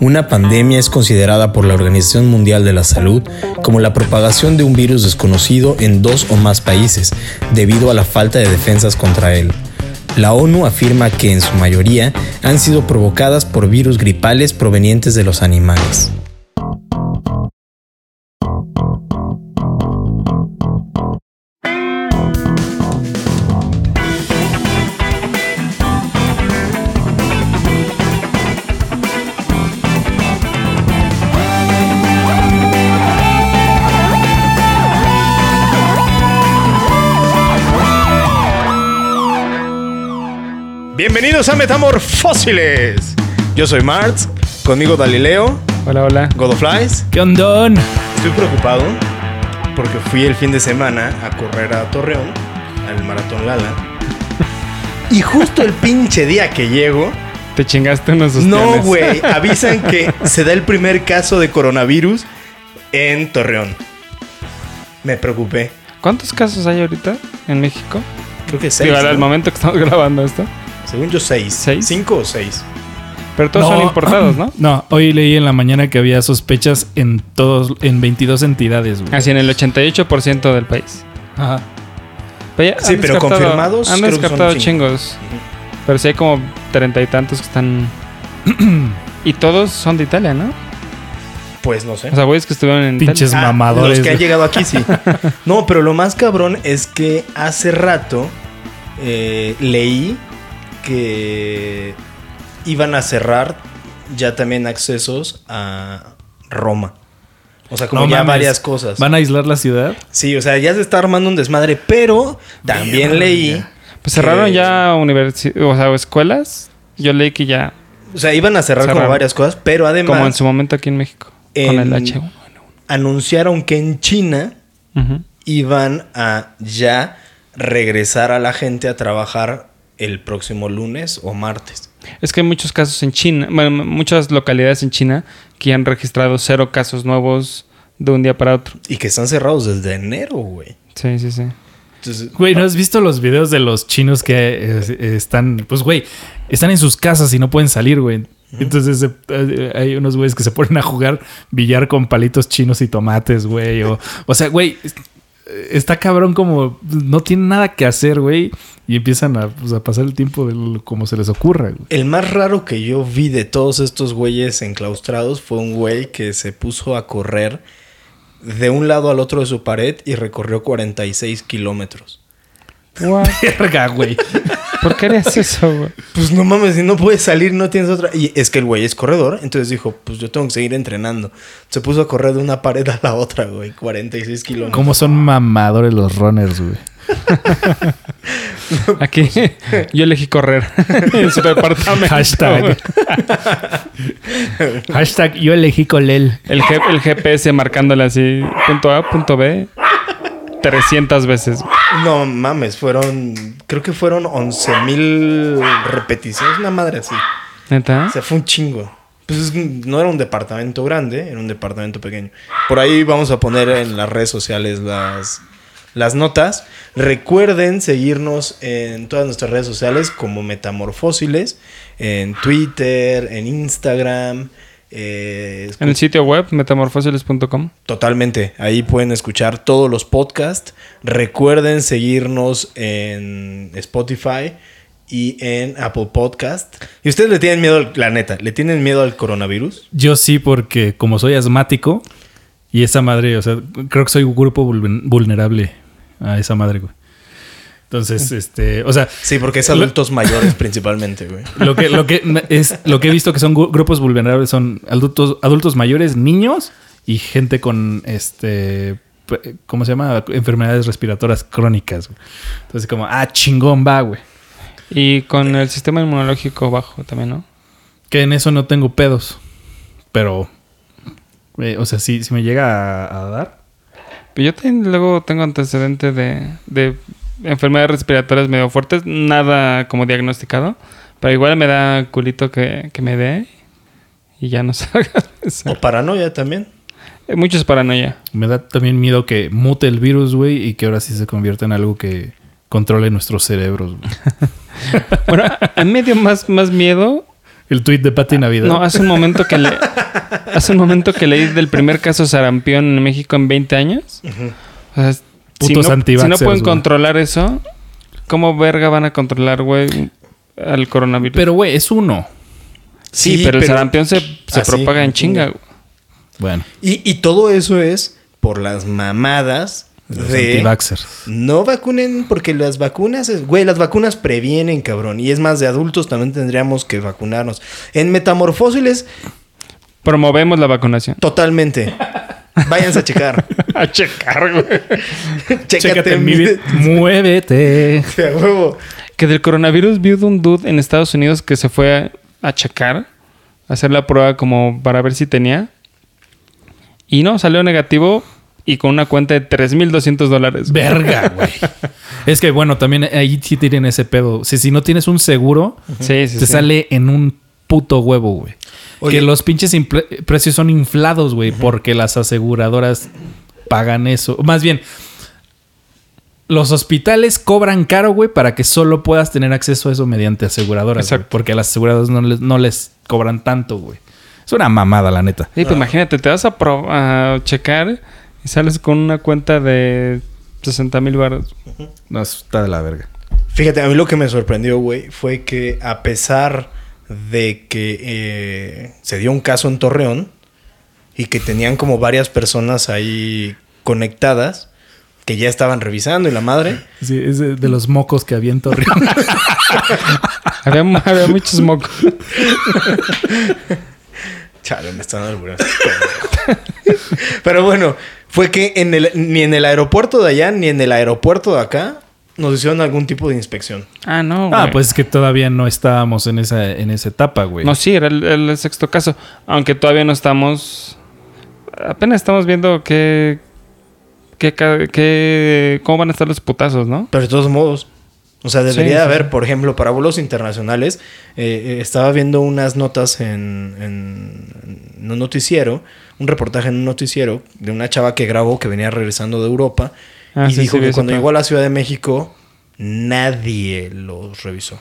Una pandemia es considerada por la Organización Mundial de la Salud como la propagación de un virus desconocido en dos o más países, debido a la falta de defensas contra él. La ONU afirma que en su mayoría han sido provocadas por virus gripales provenientes de los animales. Bienvenidos a Metamorfósiles. Yo soy Martz, conmigo Galileo, Hola, hola. Godoflies. ¿Qué onda? Estoy preocupado porque fui el fin de semana a correr a Torreón, al Maratón Lala. Y justo el pinche día que llego, Te chingaste unos no, ostiones. güey, avisan que se da el primer caso de coronavirus en Torreón. Me preocupé. ¿Cuántos casos hay ahorita en México? Creo que seis. Digo, al al ¿no? momento que estamos grabando esto. Según yo, seis. ¿Seis? Cinco o seis. Pero todos No. son importados, ¿no? No, hoy leí en la mañana que había sospechas en todos, en 22 entidades, güey. Así en el 88% del país. Ajá. Pero ya Sí, han pero descartado- confirmados Han creo que son descartado cinco. chingos. Pero sí hay como treinta y tantos que están... y todos son de Italia, ¿no? Pues no sé. O sea, güeyes que estuvieron en Italia. Pinches Ah, mamadores. Los que han güey. llegado aquí, sí. No, pero lo más cabrón es que hace rato eh, leí que iban a cerrar ya también accesos a Roma. O sea, como No ya mames. varias cosas. ¿Van a aislar la ciudad? Sí, o sea, ya se está armando un desmadre, pero también Verga. leí. Pues cerraron que- ya universidades, o sea, escuelas. Yo leí que ya, O sea, iban a cerrar como Cerraron. varias cosas, pero además como en su momento aquí en México. Con En- el H1N1. anunciaron que en China Ujú. iban a ya regresar a la gente a trabajar el próximo lunes o martes. Es que hay muchos casos en China, bueno, muchas localidades en China que han registrado cero casos nuevos de un día para otro. Y que están cerrados desde enero, güey. Sí, sí, sí. Entonces, Güey, ¿no has visto los videos de los chinos que eh, eh, están, pues, güey, están en sus casas y no pueden salir, güey? Entonces se- eh, hay unos güeyes que se ponen a jugar billar con palitos chinos y tomates, güey. O, o sea, güey, es- eh, está cabrón como no tienen nada que hacer, güey. Y empiezan a, pues, a pasar el tiempo de lo- como se les ocurra, güey. el más raro que yo vi de todos estos güeyes enclaustrados fue un güey que se puso a correr de un lado al otro de su pared y recorrió 46 kilómetros. What? Verga, güey. ¿Por qué harías eso, güey? Pues no mames, si no puedes salir, no tienes otra. Y es que el güey es corredor, entonces dijo, pues yo tengo que seguir entrenando. Se puso a correr de una pared a la otra, güey, 46 kilómetros. ¿Cómo son mamadores los runners, güey? Aquí yo elegí correr en su departamento. Hashtag. Hashtag yo elegí con él. El, G- el GPS marcándole así, punto A, punto B, 300 veces. No mames, fueron. Creo que fueron 11.000 repeticiones, una madre así. ¿Neta? O sea, fue un chingo. Pues es que no era un departamento grande, era un departamento pequeño. Por ahí vamos a poner en las redes sociales las, las notas. Recuerden seguirnos en todas nuestras redes sociales como Metamorfósiles, en Twitter, en Instagram. eh, En el sitio web metamorfosiles.com. Totalmente. Ahí pueden escuchar todos los podcasts. Recuerden seguirnos en Spotify y en Apple Podcast. ¿Y ustedes le tienen miedo al la neta? ¿Le tienen miedo al coronavirus? Yo sí, porque como soy asmático y esa madre, o sea, creo que soy un grupo vulven- vulnerable a esa madre, güey. Entonces, este, o sea, Sí, porque es adultos mayores principalmente, güey. lo que, lo que me- es, lo que he visto que son gru- grupos vulnerables son adultos, adultos mayores, niños y gente con este p- ¿cómo se llama? enfermedades respiratorias crónicas. güey. Entonces, como, ah, chingón va, güey. Y con el sistema inmunológico bajo también, ¿no? Que en eso no tengo pedos. Pero, eh, o sea, si, si me llega a, a dar. Pero Yo ten- luego tengo antecedente de, de enfermedades respiratorias medio fuertes, nada como diagnosticado, pero igual me da culito que, que me dé y ya no salga. de esa. O paranoia también. Eh, Mucho es paranoia. Me da también miedo que mute el virus, güey, y que ahora sí se convierta en algo que controle nuestros cerebros. güey. Bueno, a mí me dio más, más miedo el tweet de Pati Navidad. No, hace un momento que le, hace un momento que leí del primer caso sarampión en México en 20 años. O sea, es- si, no, Putos si no antivaxxers, pueden güey. controlar eso, ¿cómo verga van a controlar, güey, al coronavirus? Pero, güey, es uno. sí, pero, el sarampión se, se Así, propaga en en chinga. chinga. güey. Bueno, Y, y todo eso es por las mamadas los de... antivaxxers. No vacunen porque las vacunas, es- güey, las vacunas previenen, cabrón. Y es más, de adultos también tendríamos que vacunarnos. En metamorfósiles, Promovemos la vacunación. totalmente. Váyanse a checar. A checar, güey. Chécate mi mi- vida. Muévete. A huevo. Que del coronavirus vi de un dude en Estados Unidos que se fue a, a checar, a hacer la prueba como para ver si tenía. Y no, salió negativo y con una cuenta de 3.200 dólares. güey. Verga, güey. Es que, bueno, también ahí sí tienen ese pedo. Si, si no tienes un seguro, Sí, sí, sí. te sale en un puto huevo, güey. Oye. Que los pinches impre- precios son inflados, güey, porque las aseguradoras pagan eso. Más bien, los hospitales cobran caro, güey, para que solo puedas tener acceso a eso mediante aseguradoras. güey, Exacto. porque a las aseguradoras no les, no les cobran tanto, güey. Es una mamada, la neta. Sí, pues imagínate, te vas a, pro- a checar y sales con una cuenta de 60 mil baros. No, eso está de la verga. Fíjate, a mí lo que me sorprendió, güey, fue que a pesar de que eh, se dio un caso en Torreón y que tenían como varias personas ahí conectadas que ya estaban revisando y la madre. Sí, es de, de los mocos que había en Torreón. Había, mu- había muchos mocos. Chale, me están alburando. Pero bueno, fue que en el, ni en el aeropuerto de allá ni en el aeropuerto de acá nos hicieron algún tipo de inspección. Ah, no. Ah, güey. pues es que todavía no estábamos en esa, en esa etapa, güey. No, sí, era el, el sexto caso. Aunque todavía no estamos. Apenas estamos viendo qué. qué, ca- qué- cómo van a estar los putazos, ¿no? Pero de todos modos, o sea, debería Sí, sí, haber, sí. por ejemplo, para vuelos internacionales, eh, eh, estaba viendo unas notas en, en- en un noticiero, un reportaje en un noticiero de una chava que grabó que venía regresando de Europa Ah, y sí, dijo sí, vi que ese cuando pedo. llegó a la Ciudad de México nadie los revisó.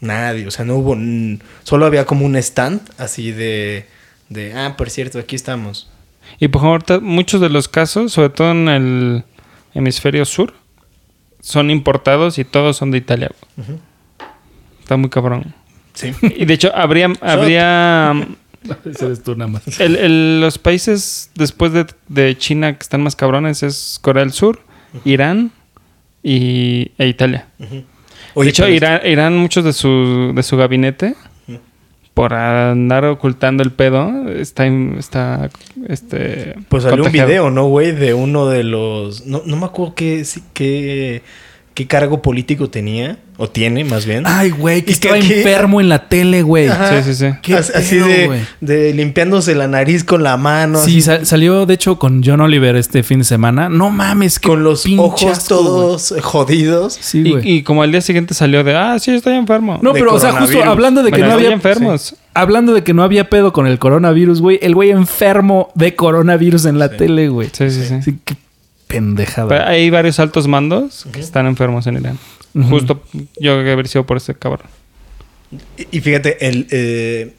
Nadie, o sea, no hubo, n- solo había como un stand así de, de ah, por cierto, aquí estamos. Y por favor, ahorita muchos de los casos, sobre todo en el hemisferio sur, son importados y todos son de Italia. güey. Está muy cabrón. Sí. Y de hecho, habría. habría Ese eres tú nada más. El- el- los países después de, de China que están más cabrones es Corea del Sur, Irán y, e Italia. de hecho, pero- Irán, Irán, muchos de su, de su gabinete, por andar ocultando el pedo, está... en- está este, Pues salió contagiado. un video, ¿no, güey? De uno de los... No, no me acuerdo qué, sí, qué, qué cargo político tenía, o tiene más bien. Ay, Y güey, que que estaba aquí- enfermo en la tele, güey. Ajá. Sí, sí, sí. qué As- así pedo, de, güey. de limpiándose la nariz con la mano. Sí, así, sal- salió de hecho con John Oliver este fin de semana. No mames, qué con los pinche ojos asco, güey. todos eh, jodidos. Sí, Y, güey. y como al día siguiente salió de, ah, sí, estoy enfermo. No, de pero o sea, justo coronavirus. hablando de que Bueno, no estoy había enfermos. Sí. Hablando de que no había pedo con el coronavirus, güey. El güey enfermo de coronavirus en la tele, güey. Sí, sí, sí. Sí, qué pendejada. Pero hay varios altos mandos que están enfermos en Irán. Ujú. Justo yo creo que haber sido por ese cabrón. Y, y fíjate, el, eh,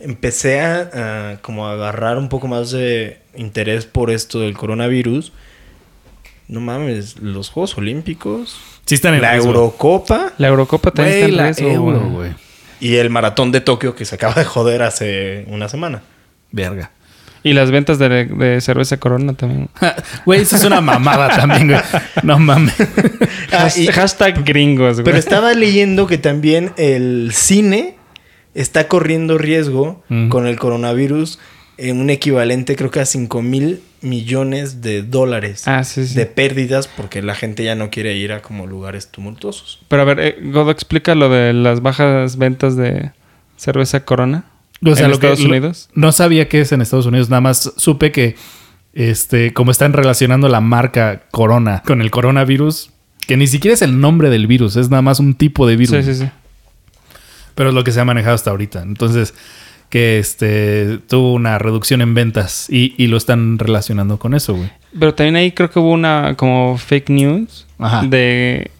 empecé a, a como agarrar un poco más de interés por esto del coronavirus. No mames, los Juegos Olímpicos, Sí están en la riesgo. Eurocopa La Eurocopa también Güey, está en la riesgo, Euro, güey. güey. Y el maratón de Tokio que se acaba de joder hace una semana. Verga. Y las ventas de, de cerveza Corona también. Güey, eso es una mamada también, güey. No mames. Ah, Has- y- hashtag gringos, güey. pero estaba leyendo que también el cine está corriendo riesgo Mm. con el coronavirus en un equivalente creo que a 5 mil millones de dólares Ah, sí, sí. de pérdidas porque la gente ya no quiere ir a como lugares tumultuosos. Pero a ver, eh, Godo, explica lo de las bajas ventas de cerveza Corona O sea, en lo Estados que, lo- Unidos. no sabía qué es en Estados Unidos, nada más supe que este, como están relacionando la marca Corona con el coronavirus, que ni siquiera es el nombre del virus, es nada más un tipo de virus. Sí, sí, sí. Pero es lo que se ha manejado hasta ahorita. Entonces, que este tuvo una reducción en ventas y, y lo están relacionando con eso, güey. Pero también ahí creo que hubo una como fake news Ajá. de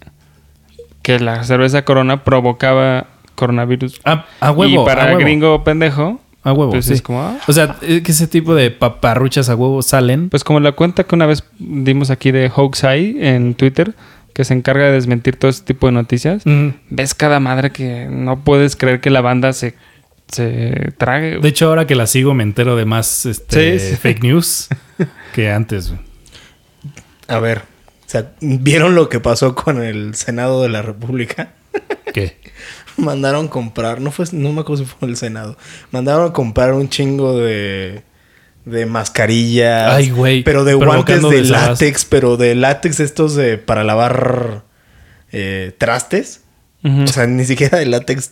que la cerveza Corona provocaba coronavirus. A, Ah, a huevo. y para a huevo, gringo pendejo, A huevo. pues sí. es como... ah. O sea, es que ese tipo de paparruchas a huevo salen. Pues como la cuenta que una vez dimos aquí de Hoaxeye en Twitter, que se encarga de desmentir todo este tipo de noticias, Mm. ves cada madre que no puedes creer que la banda se, se trague. De hecho, ahora que la sigo me entero de más este, Sí, sí. fake news que antes. güey. A ver, o sea, ¿vieron lo que pasó con el Senado de la República? ¿Qué? Mandaron comprar, no fue, no me acuerdo si fue el Senado. Mandaron a comprar un chingo de, de mascarillas. Ay, güey, Pero de guantes provocando de desabas- látex, pero de látex estos de, para lavar eh, trastes. Ujú. O sea, ni siquiera de látex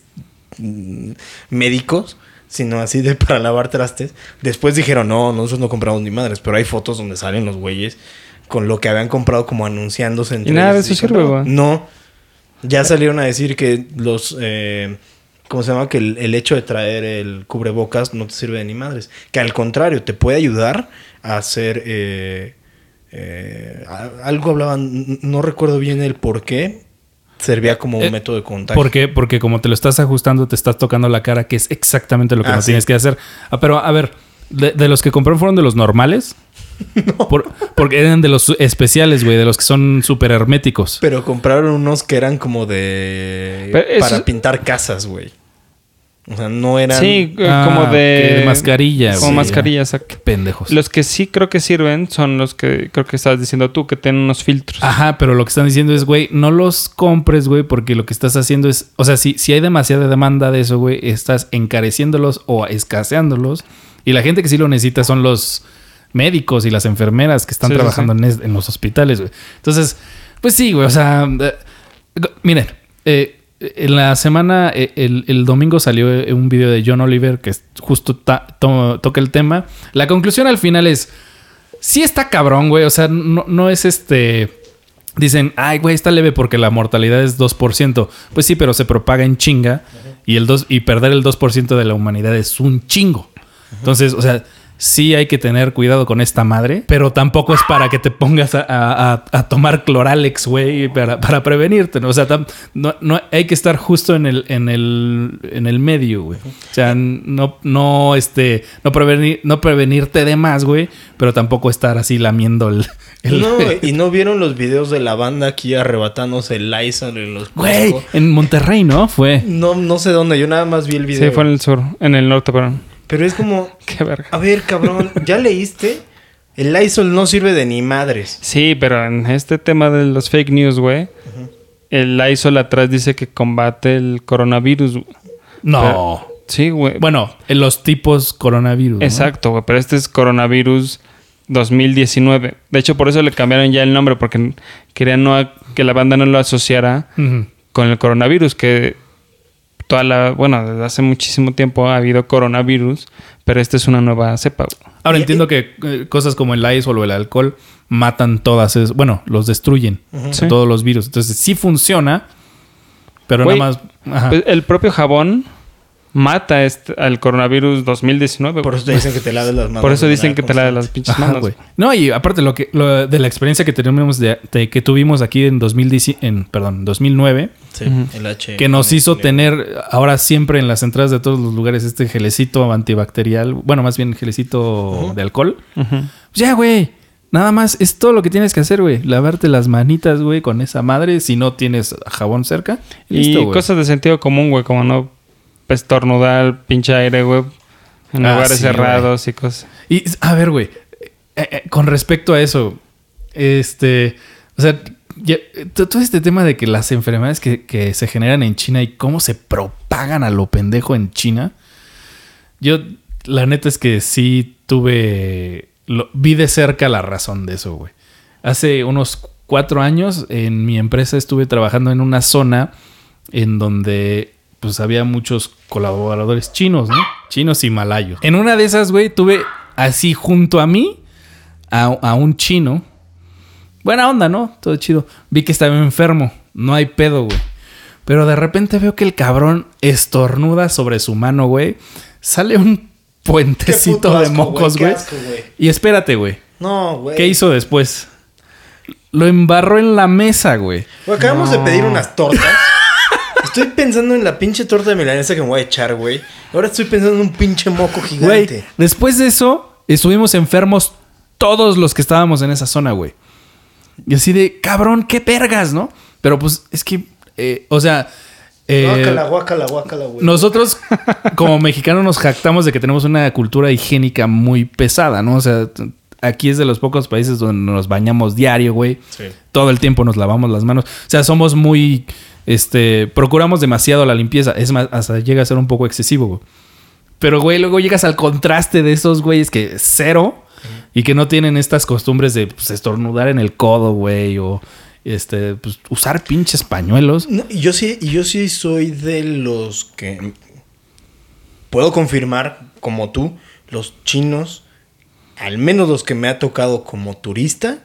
mm, médicos, sino así de para lavar trastes. Después dijeron, no, nosotros no compramos ni madres, pero hay fotos donde salen los güeyes con lo que habían comprado como anunciándose. entre nada de ellos. eso Dijeron, sirve, "No, güey". No. Ya salieron a decir que los... eh, ¿Cómo se llama? Que el, el hecho de traer el cubrebocas no te sirve de ni madres. Que al contrario, te puede ayudar a hacer... eh, eh, a- algo hablaban, n- no recuerdo bien el por qué. Servía como un Eh, método de contagio. ¿Por qué? Porque como te lo estás ajustando, te estás tocando la cara, que es exactamente lo que Ah, no sí. tienes que hacer. Ah, pero a ver, de, de los que compró fueron de los normales. Por- porque eran de los especiales, güey, de los que son súper herméticos. Pero compraron unos que eran como de... Pero eso- Para pintar casas, güey. O sea, no eran... Sí, eh, Ah, como de... que de mascarilla, Como güey. mascarilla, exacto. Pendejos. Los que sí creo que sirven son los que creo que estabas diciendo tú, que tienen unos filtros. Ajá, pero lo que están diciendo es, güey, no los compres, güey, porque lo que estás haciendo es, o sea, si, si hay demasiada demanda de eso, güey, estás encareciéndolos o escaseándolos. Y la gente que sí lo necesita son los médicos y las enfermeras que están Sí, sí, trabajando sí. En, es- en los hospitales, güey. Entonces, pues sí, güey, o sea, eh, go- miren, eh, en la semana, eh, el, el domingo salió eh, un video de John Oliver que es- justo ta- to- toca el tema. La conclusión al final es, sí está cabrón, güey, o sea, no, no es este... Dicen, ay, güey, está leve porque la mortalidad es 2%. Pues sí, pero se propaga en chinga y, el dos y perder el 2% de la humanidad es un chingo. Entonces, o sea, sí hay que tener cuidado con esta madre, pero tampoco es para que te pongas a, a- a- a tomar cloralex, güey, para, para prevenirte. ¿no? O sea, tam- no, no- hay que estar justo en el, en el, en el medio, güey. O sea, n- no, no, este, no, prevenir, no prevenirte de más, güey, pero tampoco estar así lamiendo el... el- No, y no vieron los videos de la banda aquí arrebatándose el Lysol en los... Güey, Costco? en Monterrey, ¿no? Fue. No, no sé dónde, yo nada más vi el video. Sí, fue en el sur, en el norte, perdón. Pero es como... Qué verga. A ver, cabrón, ¿ya leíste? El Lysol no sirve de ni madres. Sí, pero en este tema de los fake news, güey, el Lysol atrás dice que combate el coronavirus. güey. No. Sí, güey. bueno, en los tipos coronavirus. ¿no? Exacto, güey, pero este es coronavirus 2019. De hecho, por eso le cambiaron ya el nombre, porque querían no a- que la banda no lo asociara Ujú. con el coronavirus, que toda la, bueno, desde hace muchísimo tiempo ha habido coronavirus, pero esta es una nueva cepa. güey. Ahora entiendo que eh, cosas como el Lysol o el alcohol matan todas, es- bueno, los destruyen, o sea, Sí. todos los virus. Entonces sí funciona, pero Güey, nada más. ajá. Pues, el propio jabón mata este- al coronavirus 2019. Por güey. eso te dicen que te laves las manos. Por eso de dicen manera que te la de las constante. pinches Ajá, manos. güey. No, y aparte lo que lo de la experiencia que tenemos de, de- que tuvimos aquí en 2010 en perdón, 2009, Sí, el H. que nos hizo tener ahora siempre en las entradas de todos los lugares este gelecito antibacterial, bueno, más bien gelecito de alcohol. Ujú. Pues Ya, güey. Nada más es todo lo que tienes que hacer, güey. Lavarte las manitas, güey, con esa madre si no tienes jabón cerca. Y Listo, güey. cosas de sentido común, güey, como no estornudar, pinche aire, güey, en Ah, lugares sí, cerrados y cosas. Y a ver, güey, eh, eh, con respecto a eso, este, o sea, ya- eh, to- todo este tema de que las enfermedades que, que se generan en China y cómo se propagan a lo pendejo en China, yo la neta es que sí tuve, lo- vi de cerca la razón de eso, güey. Hace unos cuatro años en mi empresa estuve trabajando en una zona en donde pues había muchos colaboradores chinos, ¿no? Chinos y malayos. En una de esas, güey, tuve así junto a mí a, a un chino. Buena onda, ¿no? Todo chido. Vi que estaba enfermo. No hay pedo, güey. Pero de repente veo que el cabrón estornuda sobre su mano, güey. Sale un puentecito puto de asco, güey, mocos, qué güey. asco, güey. Y espérate, güey. No, güey. ¿Qué hizo después? Lo embarró en la mesa, güey. Güey, acabamos de pedir unas tortas. Estoy pensando en la pinche torta de milanesa que me voy a echar, güey. Ahora estoy pensando en un pinche moco Güey, eh, gigante. después de eso, estuvimos enfermos todos los que estábamos en esa zona, güey. Y así de, cabrón, qué vergas, ¿no? Pero pues es que, eh, o sea... eh, guácala, guácala, guácala, güey. nosotros, como mexicanos, nos jactamos de que tenemos una cultura higiénica muy pesada, ¿no? O sea, t- aquí es de los pocos países donde nos bañamos diario, güey. Sí. Todo el tiempo nos lavamos las manos. O sea, somos muy. Este. Procuramos demasiado la limpieza. Es más, hasta llega a ser un poco excesivo, güey. Pero, güey, luego llegas al contraste de esos güeyes que cero y que no tienen estas costumbres de pues, estornudar en el codo, güey, o este, pues, usar pinches pañuelos. No, y yo sí, y yo sí soy de los que puedo confirmar, como tú, los chinos, al menos los que me ha tocado como turista,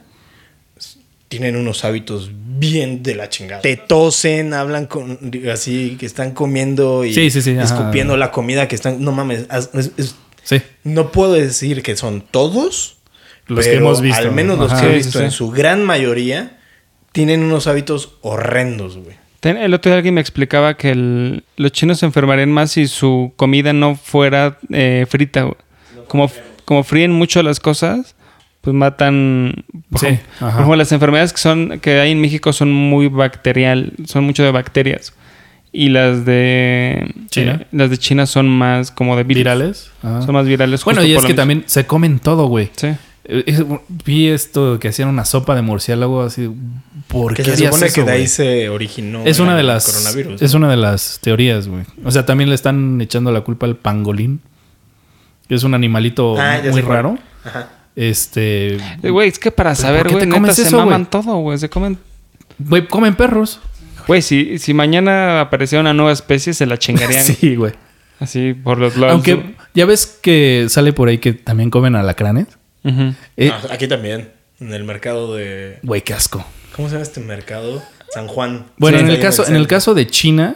s- tienen unos hábitos bien de la chingada. Te tosen, hablan con así que están comiendo y Sí, sí, sí, ajá. escupiendo la comida que están. No mames, as- es- es- Sí. no puedo decir que son todos. Los pero que hemos visto. Al menos los Ajá. que he Sí, sí, visto, sí. en su gran mayoría, tienen unos hábitos horrendos, güey. Ten- El otro día alguien me explicaba que el- los chinos se enfermarían más si su comida no fuera eh, frita. güey. Como, f- como fríen mucho las cosas, pues matan. Por, Sí, ejemplo, ajá. por ejemplo, las enfermedades que son que hay en México son muy bacterial, son mucho de bacterias. Y las de China. eh, las de China son más como de virus. ¿Virales? Ah. Son más virales. Bueno, justo y por es lo que mismo. también se comen todo, güey. Sí. Eh, es- Vi esto que hacían una sopa de murciélago así. ¿Por Que qué se harías supone eso, que de ahí güey? se originó es una el de las coronavirus. es una de las teorías, güey. O sea, también le están echando la culpa al pangolín, que es un animalito Ah, ya muy sé cuál. raro. Ajá. Este, Eh, Güey, es que para saber, por qué güey, te neta comes se eso, maman güey? todo, güey. Se comen. güey, comen perros. Güey, si, si mañana apareciera una nueva especie, se la chingarían. sí, güey. Así, por los lados. Aunque ya ves que sale por ahí que también comen alacranes. Ujú. Eh, Ah, aquí también, en el mercado de... Güey, qué asco. ¿Cómo se llama este mercado? San Juan. Bueno, Sí, en está el ahí caso, en el centro. caso de China,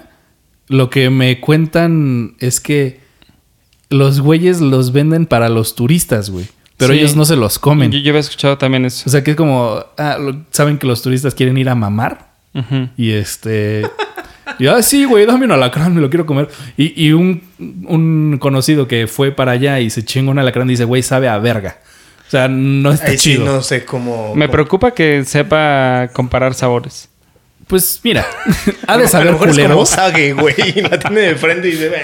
lo que me cuentan es que los güeyes los venden para los turistas, güey. Pero Sí. ellos no se los comen. Yo, yo había escuchado también O eso. sea que es como, ah, lo- saben que los turistas quieren ir a mamar. Ujú. Y este. Y ah, sí, güey, dame un alacrán, me lo quiero comer. Y, y un, un conocido que fue para allá y se chinga un alacrán dice, güey, sabe a verga. O sea, no está Ahí sí, chido. no sé cómo... Me cómo- preocupa que sepa comparar sabores. Pues mira, ha A de lo saber mejor es como culero. Sage, güey. y La tiene de frente y dice... "Ve,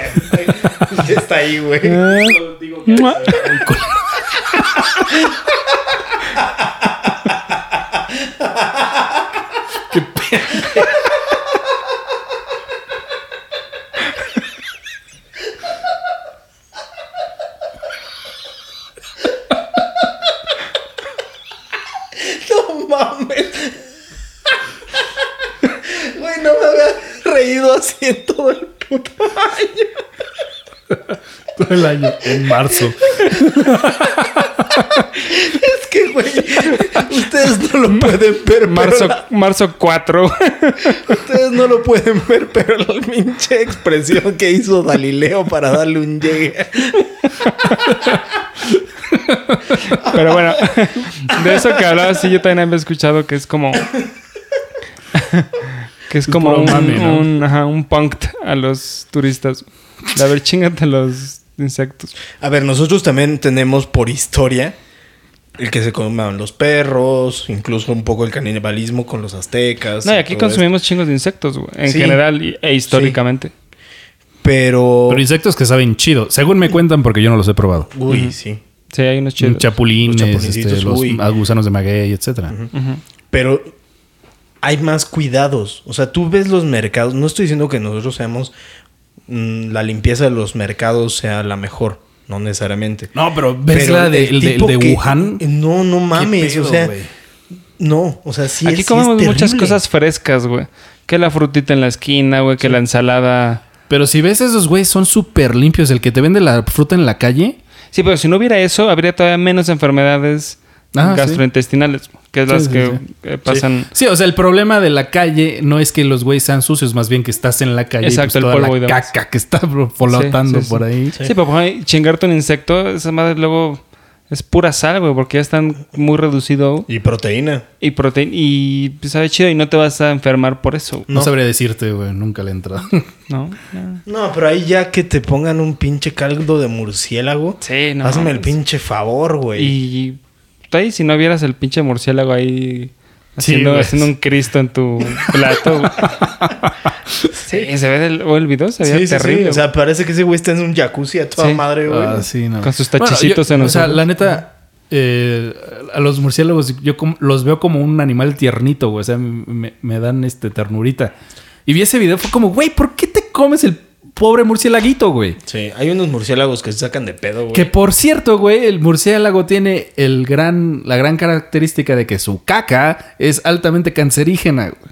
Ya está ahí, güey. Eh. No mames. Güey, no me había reído así en todo el puto año. Todo el año, en marzo. Es que, güey, ustedes no lo pueden ver, Marzo, pero la- marzo 4. ustedes no lo pueden ver, pero la pinche expresión que hizo Galileo para darle un llegue. Pero bueno, de eso que hablaba, sí, yo también había escuchado que es como. que es como puro un, mame, ¿no? un, ajá, un punk a los turistas. De, a ver, chingate los insectos. A ver, nosotros también tenemos por historia el que se coman los perros, incluso un poco el canibalismo con los aztecas. No, y y aquí todo consumimos chingos de insectos, güey. En Sí. general y- e históricamente. esto. Pero. Pero insectos que saben chido. Según me cuentan, porque yo no los he probado. Uy, sí. Sí, hay unos chidos. Chapulines, Los este, chapulincitos, los uy. ah, gusanos de maguey, etcétera. Pero hay más cuidados. O sea, tú ves los mercados. No estoy diciendo que nosotros seamos. mm, la limpieza de los mercados sea la mejor. No necesariamente. No, pero ves Pero la de, el el de- el tipo de que- Wuhan. No, no mames. pedo, o sea, güey? no. O sea, sí es- Aquí sí es comemos muchas terrible. cosas frescas, güey. Que la frutita en la esquina, güey, que la ensalada. Pero si ves esos güeyes, son súper limpios. El que te vende la fruta en la calle. Sí, pero si no hubiera eso, habría todavía menos enfermedades Ah, sí. gastrointestinales, que es Sí, las sí, que sí. eh, pasan. Sí, o sea, el problema de la calle no es que los güeyes sean sucios, más bien que estás en la calle Exacto, y el pues, toda polvo y la demás. caca que está Sí, flotando sí, sí. por ahí. Sí, pero por ejemplo, chingarte un insecto, esa madre luego Es pura sal, güey, porque ya están muy reducido Y proteína. y proteína. Y pues, sabe chido y no te vas a enfermar por eso, güey. No, sabría decirte, güey. Nunca le he entrado. ¿no? Ya. No, pero ahí ya que te pongan un pinche caldo de murciélago. Sí, no. hazme el mames. pinche favor, güey. Y tú ahí, si no vieras el pinche murciélago ahí Sí, haciendo, güey. haciendo un Cristo en tu plato. güey. sí, se ve del, o el video, se veía Sí, sí, terrible. sí. O sea, parece que ese güey está en un jacuzzi a toda Sí. madre, güey. Ah, sí, no. Con sus tachicitos Bueno, yo- en O los sea, ojos. la neta, eh, a los murciélagos yo como- los veo como un animal tiernito, güey. O sea, me, me dan este ternurita. Y vi ese video, fue como, güey, ¿por qué te comes el pobre murciélaguito, güey? Sí, hay unos murciélagos que se sacan de pedo, güey. Que por cierto, güey, el murciélago tiene el gran, la gran característica de que su caca es altamente cancerígena, güey.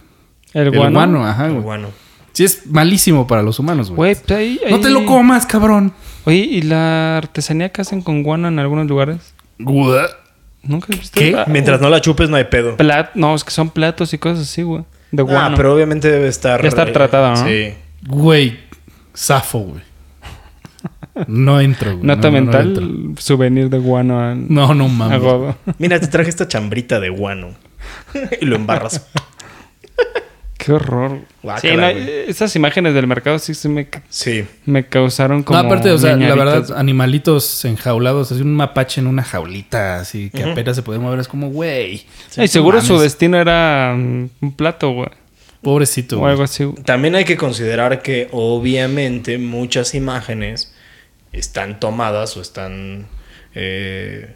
el guano. ajá, Muy güey. bueno. Sí, es malísimo para los humanos, Güey, ah, güey. pues ahí, No te ahí- lo comas, cabrón. Oye, ¿y la artesanía que hacen con guano en algunos lugares? ¿Nunca viste? ¿Qué? Ah, Mientras no la chupes, no hay pedo. plat- no, es que son platos y cosas así, güey. De Ah, guano. pero obviamente debe estar. Ya estar tratada, ¿no? Sí. Güey, zafo, güey. No entro, güey. Nota mental, No, entro. souvenir de guano ah, a, no, no a mames. Godo. Mira, te traje esta chambrita de guano. y lo embarras. Qué horror. Guácala, sí, no, güey. esas imágenes del mercado sí se me, ca- Sí. me causaron No, como. aparte, o sea, la ñañaritos. verdad, animalitos enjaulados, así un mapache en una jaulita, así que apenas se puede mover, es como, güey. Ay, seguro no su mames. destino era mm, un plato, güey. Pobrecito, O güey. algo así. güey. También hay que considerar que obviamente muchas imágenes están tomadas o están eh,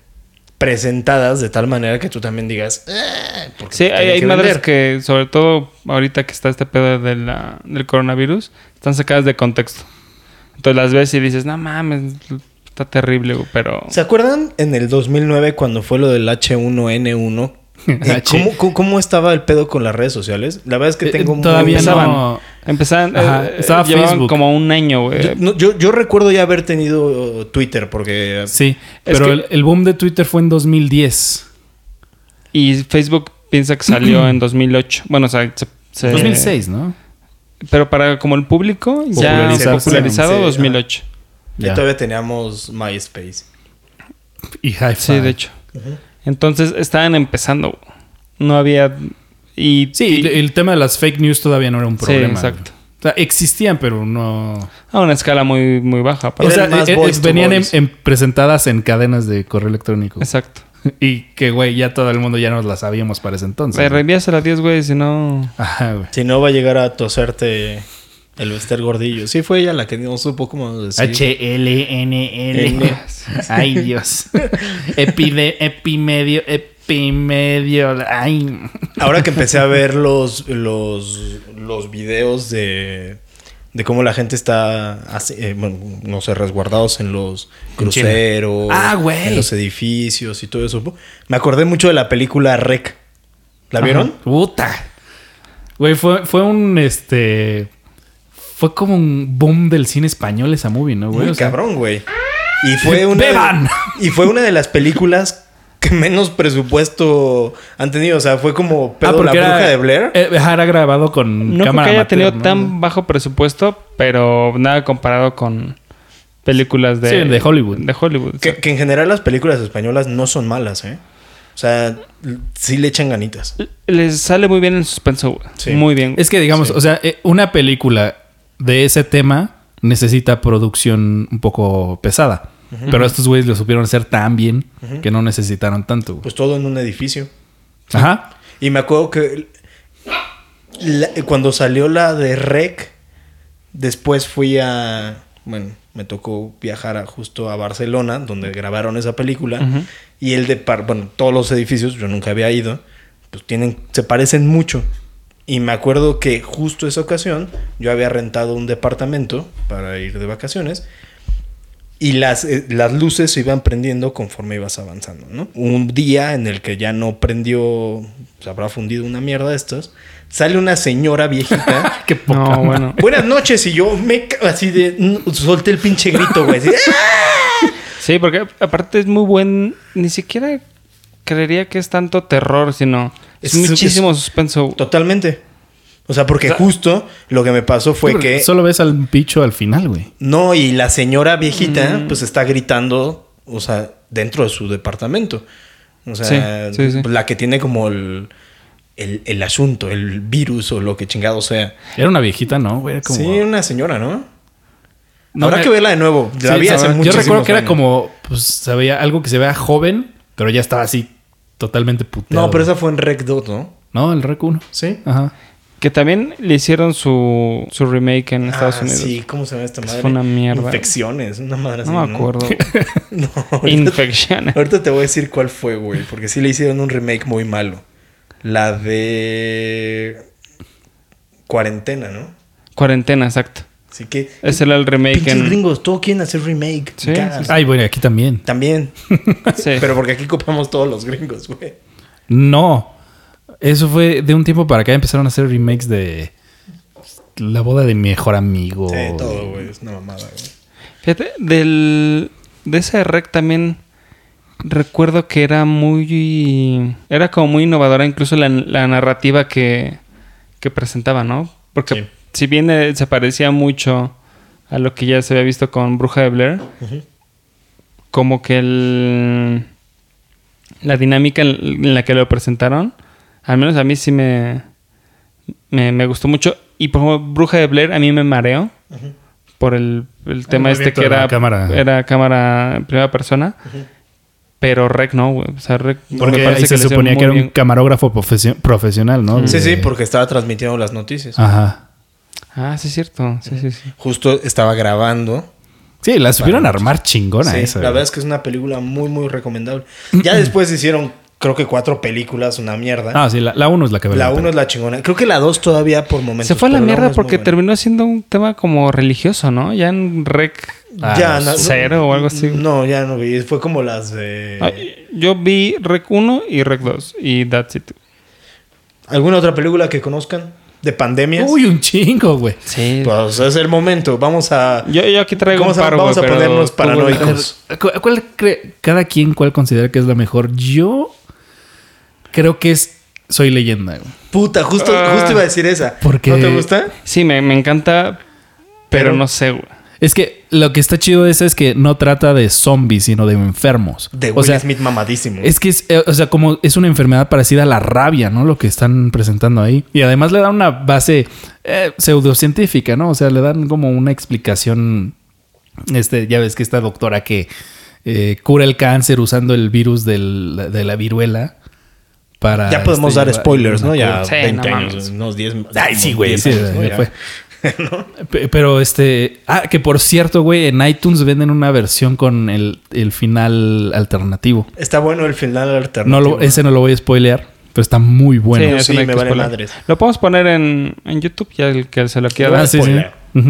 presentadas de tal manera que tú también digas. "Ah", porque Sí, tienen hay, hay que madres vender. que, sobre todo ahorita que está este pedo de la- del coronavirus, están sacadas de contexto. Entonces las ves y dices, no mames, está terrible, güey, pero. ¿Se acuerdan en el 2009 cuando fue lo del H1N1? H. Eh, ¿Cómo, cómo, cómo estaba el pedo con las redes sociales? La verdad es que Eh, tengo muy- todavía muy- Empezaban. no. Empezaban. Ajá, eh, estaba llevaban Facebook. como un año, güey. Yo, no, yo, yo recuerdo ya haber tenido uh, Twitter porque... Sí, Es pero que- el, el boom de Twitter fue en 2010. Y Facebook piensa que salió en 2008. Bueno, o sea, se- se- 2006, ¿no? Pero para como el público, ya Popularizarse. popularizado Sí, ajá. 2008. ya Ya. todavía teníamos MySpace. Y hi Sí, de hecho. Entonces estaban empezando. No había. Y, Sí, el, y- el tema de las fake news todavía no era un Sí, problema. güey. exacto. O sea, existían, pero no... a una escala muy, muy baja. para- O Eran sea, más eh, eh, boys to venían en, boys. en- presentadas en cadenas de correo electrónico. Exacto. Y que, güey, ya todo el mundo ya nos la sabíamos para ese entonces. Le güey. reenvías a las 10, güey, si no. Ajá, güey. Si no va a llegar a toserte el Bester Gordillo. Sí, fue ella la que no supo cómo decir. H-L-N-L. Ay, Dios. Epide- epimedio, epimedio. Ay. Ahora que empecé a ver los, los, los videos de, de cómo la gente está, así, eh, bueno, no sé, resguardados en los En China. cruceros, Ah, güey. en los edificios y todo eso. Me acordé mucho de la película Rec. ¿La vieron? Puta. Güey, fue, fue un, este... Fue como un boom del cine español esa movie, ¿no, güey? Muy O sea, cabrón, güey. Y fue una. ¡Beban! y fue una de las películas que menos presupuesto han tenido. O sea, fue como pedo la bruja de Blair. ah, eh, ajá, era grabado con No creo que cámara haya amateur, tenido ¿no? tan bajo presupuesto, pero nada comparado con películas de. Sí, de Hollywood. De Hollywood. que, que en general las películas españolas no son malas, ¿eh? O sea, l- sí le echan ganitas. Les sale muy bien el suspenso, güey. Sí. Muy bien. Es que digamos, Sí. o sea, eh, una película de ese tema necesita producción un poco pesada. Pero estos güeyes lo supieron hacer tan bien que no necesitaron tanto. güey. Pues todo en un edificio. Ajá. Y me acuerdo que la- cuando salió la de Rec, después fui a. Bueno, me tocó viajar a- justo a Barcelona, donde grabaron esa película. Y el de. par- Bueno, todos los edificios, yo nunca había ido, pues tienen. Se parecen mucho. Y me acuerdo que justo esa ocasión yo había rentado un departamento para ir de vacaciones. Y las, eh, las luces se iban prendiendo conforme ibas avanzando, ¿no? Un día en el que ya no prendió, se habrá fundido una mierda de estas, sale una señora viejita. Qué poca No, madre. bueno. Buenas noches, y yo me ca- así de mm, solté el pinche grito, güey. así, ¡ah! Sí, porque aparte es muy buen. Ni siquiera creería que es tanto terror, sino. Es, Es- es- muchísimo suspenso. güey. Totalmente. O sea, porque justo lo que me pasó fue Pero que. Solo ves al bicho al final, güey. Mm. No, y la señora viejita, pues está gritando, o sea, dentro de su departamento. O sea, Sí, sí, sí. la que tiene como el, el, el asunto, el virus o lo que chingado sea. Era una viejita, ¿no? güey? Era como- Sí, una señora, ¿no? No Habrá me- que verla de nuevo. La Sí, vi hace sabrá. Yo muchísimos recuerdo que era años. como, pues, se veía algo que se vea joven, pero ya estaba así totalmente puteado. No, pero esa fue en Rec 2, ¿no? No, el Rec 1. Sí. Ajá. Que también le hicieron su, su remake en Estados Ah, Unidos. Sí, ¿cómo se llama esta madre? fue una mierda. Infecciones, una madre así, No me acuerdo. No, ahorita, Infección. ahorita te voy a decir cuál fue, güey. Porque sí le hicieron un remake muy malo. La de. Cuarentena, ¿no? Cuarentena, exacto. Así que. Ese era el remake Pinches en... gringos, todos quieren hacer remake. Sí, Me cagas. Ay, bueno, y aquí también. También. Sí. Pero porque aquí copiamos todos los gringos, güey. No. Eso fue de un tiempo para acá empezaron a hacer remakes de La boda de mi mejor amigo. Sí, todo, güey. Es una mamada, güey. Fíjate, del, de ese rec también recuerdo que era muy... Era como muy innovadora incluso la, la narrativa que, que presentaba, ¿no? Porque Sí. si bien eh, se parecía mucho a lo que ya se había visto con Bruja de Blair, como que el, la dinámica en- en la que lo presentaron, al menos a mí sí me, me, me gustó mucho. Y por ejemplo, Bruja de Blair a mí me mareó por el, el tema este movimiento que de la era cámara. era cámara en primera persona. Pero Rec no, güey. O sea, Rec Porque me ahí parece se le hicieron suponía muy que era un bien. camarógrafo profesio- profesional, Mm. ¿no? Sí, sí, De- porque estaba transmitiendo las noticias. Ajá. Ah, sí, es cierto. Sí, sí, sí. Justo estaba grabando. Sí, la supieron armar chingona Sí, esa. ¿eh? la güey. verdad es que es una película muy, muy recomendable. Ya después hicieron, creo que cuatro películas, una mierda. Ah, sí, la, la uno es la que vale la pena. uno es la chingona. Creo que la dos todavía por momentos. Se fue a la pero uno mierda es muy porque buena. terminó siendo un tema como religioso, ¿no? Ya en Rec Ah, ya, no, no- cero o algo así. No, ya no vi. Fue como las de. Ah, Yo vi Rec 1 y Rec 2 y That's It. ¿Alguna otra película que conozcan? De pandemias. Uy, un chingo, güey. Sí. Pues es el momento. Vamos a. Yo, yo aquí traigo ¿Cómo un se- par, vamos güey, a pero ponernos tú, paranoicos? güey, Hijos. ¿Cu- ¿Cuál cree- cada quien cuál considera que es la mejor? Yo creo que es Soy leyenda. güey. Puta, justo, Ah. justo iba a decir esa. Porque- ¿No te gusta? Sí, me, me encanta, pero, Pero- no sé, güey. Es que lo que está chido de esa es que no trata de zombies, sino de enfermos. De o Will sea, Smith mamadísimo. es que es, eh, o sea, como es una enfermedad parecida a la rabia, ¿no? Lo que están presentando ahí. Y además le dan una base eh, pseudocientífica, ¿no? O sea, le dan como una explicación. Este, ya ves que esta doctora que eh, cura el cáncer usando el virus del- de la viruela. Para ya podemos este, dar llevar- spoilers, ¿no? Ya Sí, 20 no años, mames. unos 10. Ay, sí, güey. 10 Sí, años, ¿no? ya Ya. fue. Pe- Pero este. Ah, que por cierto, güey, en iTunes venden una versión con el, el final alternativo. Está bueno el final alternativo. No lo, ese no lo voy a spoilear, pero está muy bueno. sí, eso no hay me que vale spoiler. madres. Lo podemos poner en, en YouTube, ya el que se lo quiera Ah, dar. sí, sí. spoiler. Ujú.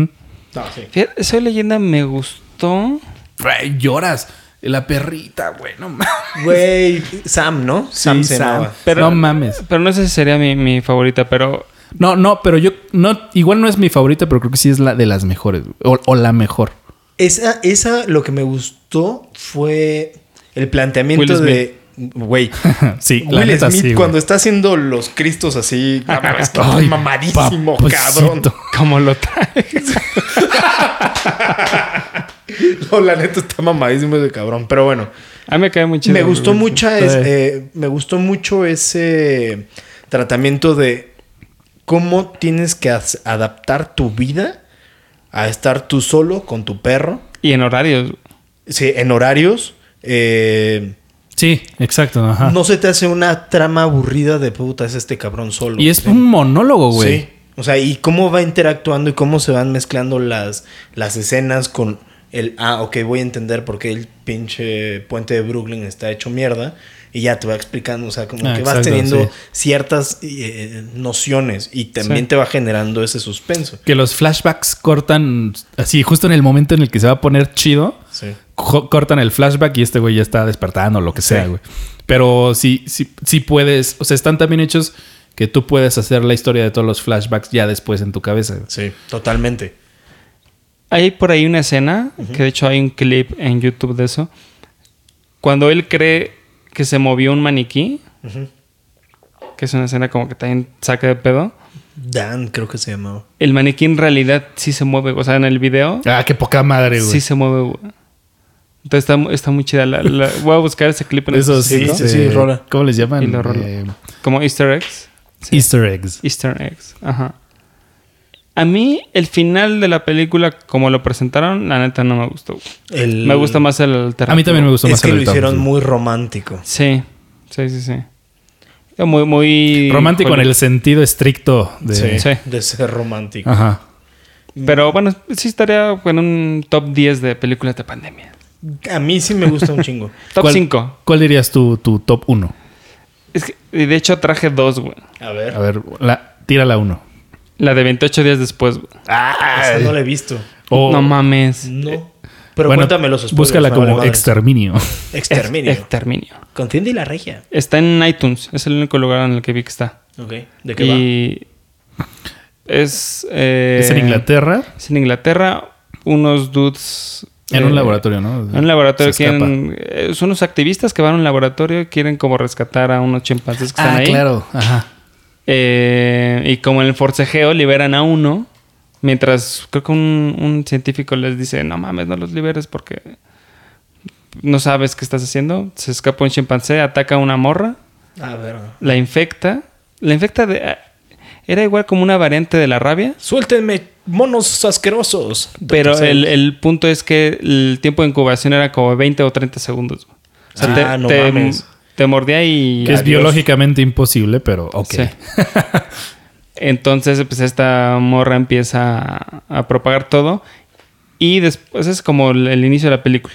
No, sí. Fíjate, Soy leyenda me gustó. Ay, lloras. La perrita, güey, no mames. Güey, Sam, ¿no? Sam se llamaba. Pero- no mames. Pero no sé si sería mi, mi favorita, pero No, no, pero yo. No, igual no es mi favorita, pero creo que sí es la de las mejores. güey, O, o la mejor. Esa, esa lo que me gustó fue el planteamiento Will de. Güey. sí, la Will neta, Smith sí, güey. cuando está haciendo los cristos así. no mames, que está Ay, mamadísimo, cabrón. papacito. como lo traes. No, la neta está mamadísimo de cabrón. Pero bueno. A mí me cae muy chido. Me gustó güey. mucha Sí. es- eh, me gustó mucho ese tratamiento de cómo tienes que as- adaptar tu vida a estar tú solo con tu perro, Y en horarios. güey. sí, en horarios. eh, Sí, exacto. Ajá. No se te hace una trama aburrida de puta, es este cabrón solo. y es Sí. un monólogo, güey. Sí. O sea, y cómo va interactuando y cómo se van mezclando las, las escenas con el, ah, ok, voy a entender por qué el pinche puente de Brooklyn está hecho mierda. Y ya te va explicando, o sea, como Ah, que vas exacto, teniendo sí. ciertas eh, nociones y también Sí. te va generando ese suspenso. Que los flashbacks cortan así, justo en el momento en el que se va a poner chido, Sí. co- cortan el flashback y este güey ya está despertando, lo que sea, Sí. güey. Pero sí, sí, sí puedes, o sea, están también hechos que tú puedes hacer la historia de todos los flashbacks ya después en tu cabeza. güey. Sí, totalmente. Hay por ahí una escena, que de hecho hay un clip en YouTube de eso. Cuando él cree que se movió un maniquí, que es una escena como que también saca de pedo. Dan, creo que se llamaba. El maniquí en realidad sí se mueve, o sea, en el video Ah, qué poca madre, güey. sí se mueve, güey. Entonces está, mu- está muy chida. La, la- voy a buscar ese clip en Esos, este, Sí, específico, sí, sí, rola. ¿Cómo les llaman? Y lo rola. Eh, Como Easter eggs. Sí. Easter eggs. Easter eggs. Ajá. A mí, el final de la película, como lo presentaron, la neta no me gustó. güey. El- Me gusta más el alternativo. A mí también me gustó más Es que lo el Tom hicieron Cruise. muy romántico. Sí, sí, sí, sí. Muy, muy... romántico en el sentido estricto de. Sí, Sí. De ser romántico. Ajá. Pero bueno, sí estaría en un top 10 de películas de pandemia. Ah. A mí sí me gusta un chingo. Top ¿Cuál- 5. ¿Cuál dirías tú, tu top 1? Es que, y de hecho traje dos, güey. A ver. A ver, la, tira la 1. La de 28 días después, güey. Esa no la he visto. Oh. No mames. No. Pero bueno, cuéntame los spoilers. Búscala me como vale madre. exterminio. Exterminio. Ex- Exterminio. Con Cindy y la regia. Está en iTunes. Es el único lugar en el que vi que está. Ok. ¿De qué y es... eh, es en Inglaterra, Es en Inglaterra. Unos dudes... en eh, un laboratorio, ¿no? En un laboratorio Se escapa. quieren... eh, son unos activistas que van a un laboratorio y quieren como rescatar a unos chimpancés que están Ah, ahí. claro. Ajá. Eh, y como en el forcejeo liberan a uno, mientras creo que un, un científico les dice, no mames, no los liberes porque no sabes qué estás haciendo. Se escapa un chimpancé, ataca a una morra, va? Ah, A ver. la infecta. La infecta de... ah, Era igual como una variante de la rabia. Suéltenme, monos asquerosos. Pero Doctor el, Seuss. el punto es que el tiempo de incubación era como 20 o 30 segundos. güey. O sea, Ah, te, no te- mames. te mordía y... Que es biológicamente imposible, pero ok. Sí. Entonces, pues esta morra empieza a, a propagar todo. Y después es como el, el inicio de la película.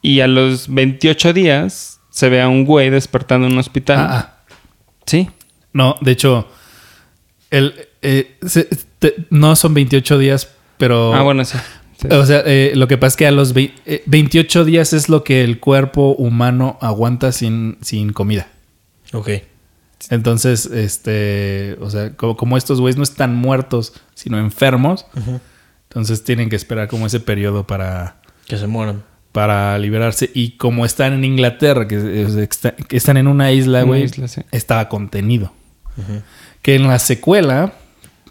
Y a los 28 días se ve a un güey despertando en un hospital. Ah, ah. Sí. No, de hecho, el, eh, se- te- no son 28 días, pero... Ah, bueno, sí. Sí. O sea, eh, lo que pasa es que a los vei- eh, 28 días es lo que el cuerpo humano aguanta sin, sin comida. Ok. Entonces, este, o sea, como, como estos güeyes no están muertos, sino enfermos, entonces tienen que esperar como ese periodo para, Que se mueran. para liberarse. Y como están en Inglaterra, que, es- es- está- que están en una isla, Una güey, isla, sí. estaba contenido. Que en la secuela,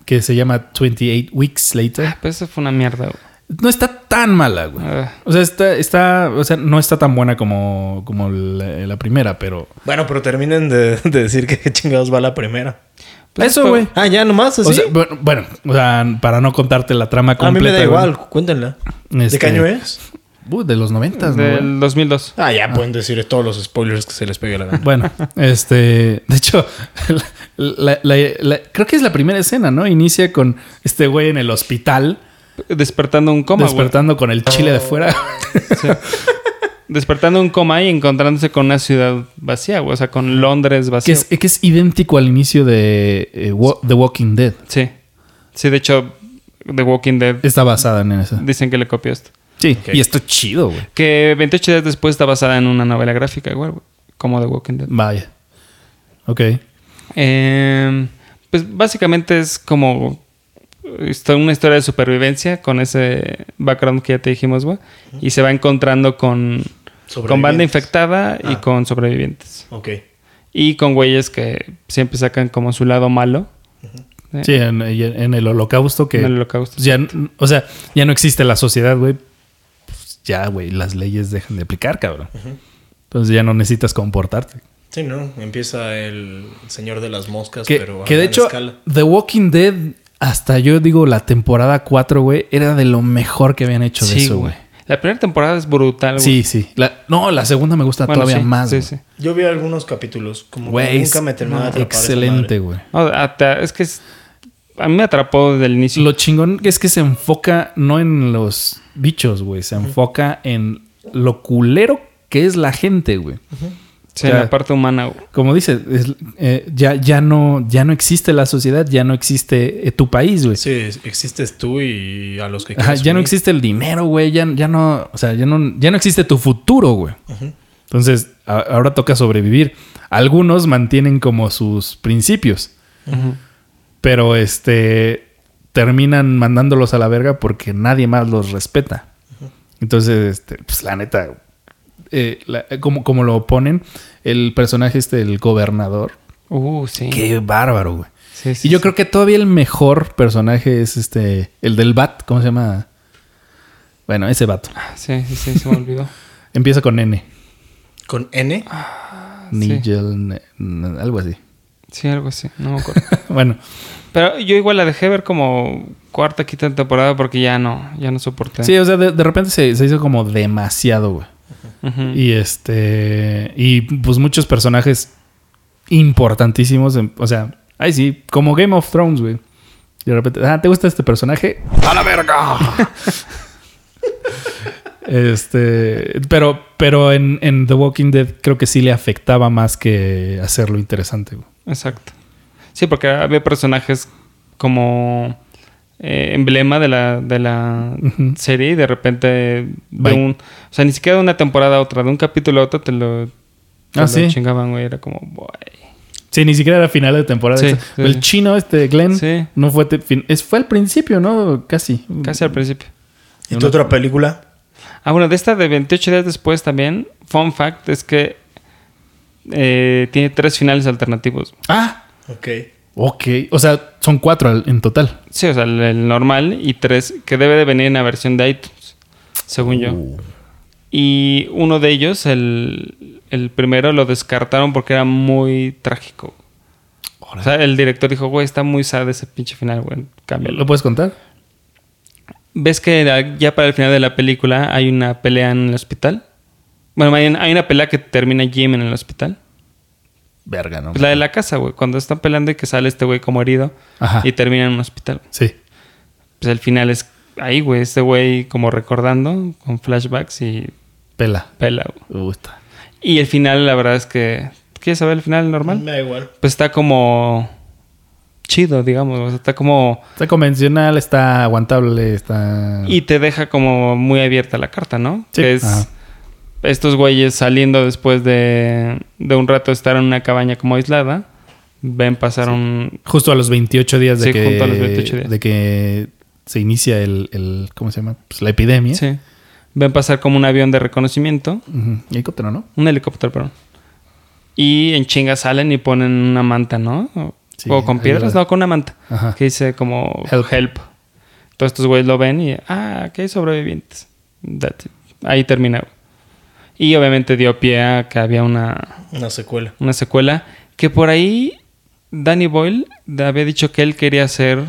que se llama 28 Weeks Later, Pues eso fue una mierda. güey. no está tan mala, güey. Ah. O sea, está, está, o sea, no está tan buena como, como la, la primera, pero... Bueno, pero terminen de, de decir que qué chingados va la primera. Pues Eso, fue- güey. Ah, ya nomás, así. O sea, bueno, bueno, o sea, para no contarte la trama a mí completa. me da güey. igual, cuéntenla. ¿De Este- qué año es? Uh, de los noventas, ¿no? güey? Del 2002. Ah, ya pueden decir todos los spoilers que se les pegue la gana. Bueno, este, de hecho, la- la- la- la- creo que es la primera escena, ¿no? Inicia con este güey en el hospital Despertando un coma, güey. Oh, despertando con el chile de fuera. Despertando un coma y encontrándose con una ciudad vacía, güey. O sea, con Londres que, vacía. es, que es idéntico al inicio de eh, Wa- The Walking Dead. Sí. Sí, de hecho, The Walking Dead Está basada en esa. dicen que le copió esto. Sí, y está chido, güey. Que 28 días después está basada en una novela gráfica, igual, güey, como The Walking Dead. Vaya. Ok. Eh, pues básicamente es como esto- una historia de supervivencia con ese background que ya te dijimos, güey. Y se va encontrando con, con Sobrevivientes. banda infectada y Ah. con sobrevivientes. Ok. Y con güeyes que siempre sacan como su lado malo. Eh, Sí, en, y en- en el holocausto que... en el holocausto. ya, n- o sea, ya no existe la sociedad, güey. Pues ya, güey, las leyes dejan de aplicar, cabrón. Entonces ya no necesitas comportarte. Sí, ¿no? Empieza el señor de las moscas, Que, pero a que de gran hecho, escala. The Walking Dead, hasta yo digo la temporada 4, güey, era de lo mejor que habían hecho de Sí, eso, güey. güey. La primera temporada es brutal, güey. Sí, sí. La- no, la segunda me gusta Bueno, todavía sí, más, sí, güey. sí. Yo vi algunos capítulos, como Güey, que nunca me es- terminó de atrapar. esa Excelente, madre. güey. No, ata- es que es- a mí me atrapó desde el inicio. Lo chingón es que se enfoca no en los bichos, güey. Se enfoca en lo culero que es la gente, güey. Sí, en ya. la parte humana. güey. como dice, es- eh, ya, ya, no, ya no existe la sociedad, ya no existe eh, tu país, güey. Sí, es- existes tú y a los que Ajá, quieras ya no unir. existe el dinero, güey. Ya, ya no, o sea, ya no, ya no existe tu futuro, güey. Entonces, a- ahora toca sobrevivir. Algunos mantienen como sus principios. Pero este terminan mandándolos a la verga porque nadie más los respeta. Entonces, este, pues la neta, eh, la- como, como lo ponen, el personaje este, el gobernador. Uh, sí. Qué bárbaro, güey. Sí, sí, Y yo sí. creo que todavía el mejor personaje es este, el del Bat, ¿cómo se llama? Bueno, ese vato. Ah, Sí, sí, sí, se me olvidó. Empieza con N. ¿Con N? Ah, Nigel, ne- n- algo así. Sí, algo así, no me acuerdo. bueno, Pero yo igual la dejé ver como cuarta, quinta temporada porque ya no, ya no soporté. sí, o sea, de, de repente se, se hizo como demasiado, güey. Ujú. Y este. Y pues muchos personajes importantísimos. en- o sea, ay sí, como Game of Thrones, güey. Y de repente, ah, ¿te gusta este personaje? ¡A la verga! este. Pero, pero en, en The Walking Dead creo que sí le afectaba más que hacerlo interesante, güey. Exacto. Sí, porque había personajes como eh, emblema de la, de la Ujú. serie y de repente de Bye. un... O sea, ni siquiera de una temporada a otra, de un capítulo a otro te lo, te Ah, lo sí. chingaban, güey. Era como... "Buey". Sí, ni siquiera era final de temporada. Sí, Esa- sí, el sí. chino, este Glenn, Sí. no fue. te- fin- es, fue al principio, ¿no? Casi. Casi al principio. ¿Y tu otra película? Ah, bueno, de esta de 28 días después también, fun fact es que eh, tiene tres finales alternativos. Ah, Ok. ok. O sea, son cuatro al- en total. Sí, o sea, el, el normal y tres que debe de venir en la versión de iTunes, según yo. Y uno de ellos, el, el primero, lo descartaron porque era muy trágico. O sea, el director dijo, güey, está muy sad ese pinche final, güey, cámbialo. ¿Lo puedes contar? ¿Ves que la- ya para el final de la película hay una pelea en el hospital? Bueno, más bien, hay una pelea que termina Jim en el hospital. Verga, ¿no? Pues la de la casa, güey, cuando están peleando y que sale este güey como herido Ajá. y termina en un hospital. Sí. Pues el final es ahí, güey, este güey como recordando con flashbacks y Pela. pela, güey. Me gusta. Y el final, la verdad es que. ¿Quieres saber el final normal? Me da igual. Pues está como. chido, digamos. o sea, está como. Está convencional, está aguantable, está. Y te deja como muy abierta la carta, ¿no? Sí. Que es. Ajá. Estos güeyes saliendo después de, de un rato de estar en una cabaña como aislada, ven pasar un. Justo a los 28 días de Sí, que. junto a los 28 días. De que se inicia el. el- ¿Cómo se llama? Pues la epidemia. Sí. Ven pasar como un avión de reconocimiento. Ujú. Helicóptero, ¿no? Un helicóptero, perdón. Y en chinga salen y ponen una manta, ¿no? O, Sí, o con ahí piedras, va. no, con una manta. Ajá. Que dice como help. Help. Todos estos güeyes lo ven y, ah, que hay sobrevivientes. That's it. Ahí termina. Y obviamente dio pie a que había una, Una secuela. una secuela. Que por ahí Danny Boyle había dicho que él quería hacer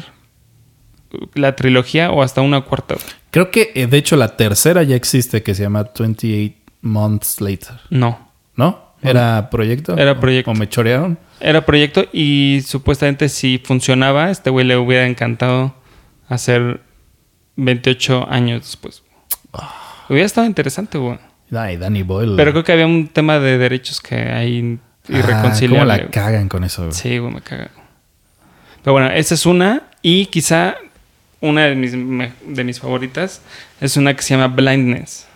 la trilogía o hasta una cuarta. Creo que eh, de hecho la tercera ya existe que se llama 28 Months Later. No. ¿No? ¿Era proyecto? Era ¿O- proyecto. ¿O me chorearon? Era proyecto y supuestamente si funcionaba, este güey le hubiera encantado hacer 28 años después. Hubiera estado interesante, güey. Ay, Danny Boyle. Pero creo que había un tema de derechos que hay Ah, ¿Cómo irreconciliable. la güey. cagan con eso? güey? sí, güey, me caga. Pero bueno, esa es una. Y quizá una de mis, me- de mis favoritas es una que se llama Blindness.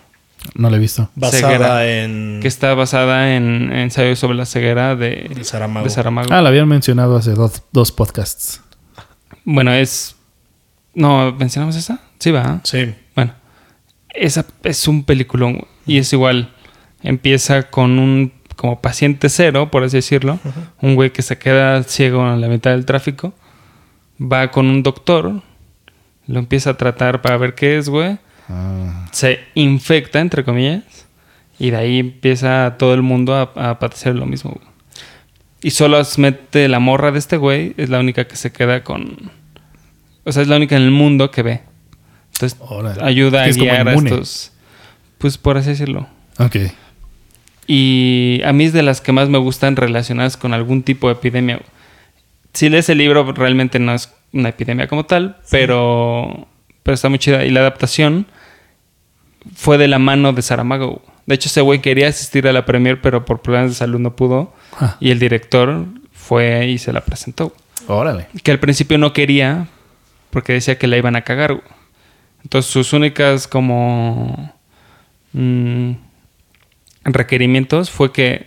No lo he visto. Basada Ceguera. en... Que está basada en en ensayos sobre la ceguera de, De Saramago. de Saramago. Ah, la habían mencionado hace dos, dos podcasts. Bueno, es. No, ¿mencionamos esa? Sí, va. Sí. Bueno, esa es un peliculón güey. y es igual. Empieza con un como paciente cero, por así decirlo, un güey que se queda ciego en la mitad del tráfico, va con un doctor, lo empieza a tratar para ver qué es, güey, Ah. se infecta, entre comillas, y de ahí empieza todo el mundo a, a padecer lo mismo. güey. Y solamente la morra de este güey es la única que se queda con... O sea, es la única en el mundo que ve. Entonces Órale. ayuda a Es como guiar a inmune. estos... Pues por así decirlo. Ok. Y a mí es de las que más me gustan relacionadas con algún tipo de epidemia. güey. Si lees el libro, realmente no es una epidemia como tal, pero, pero está muy chida. Y la adaptación fue de la mano de Saramago. güey. De hecho, ese güey quería asistir a la premier, pero por problemas de salud no pudo. Ah. Y el director fue y se la presentó. güey Órale. que al principio no quería porque decía que la iban a cagar. güey. Entonces sus únicas como mm, requerimientos fue que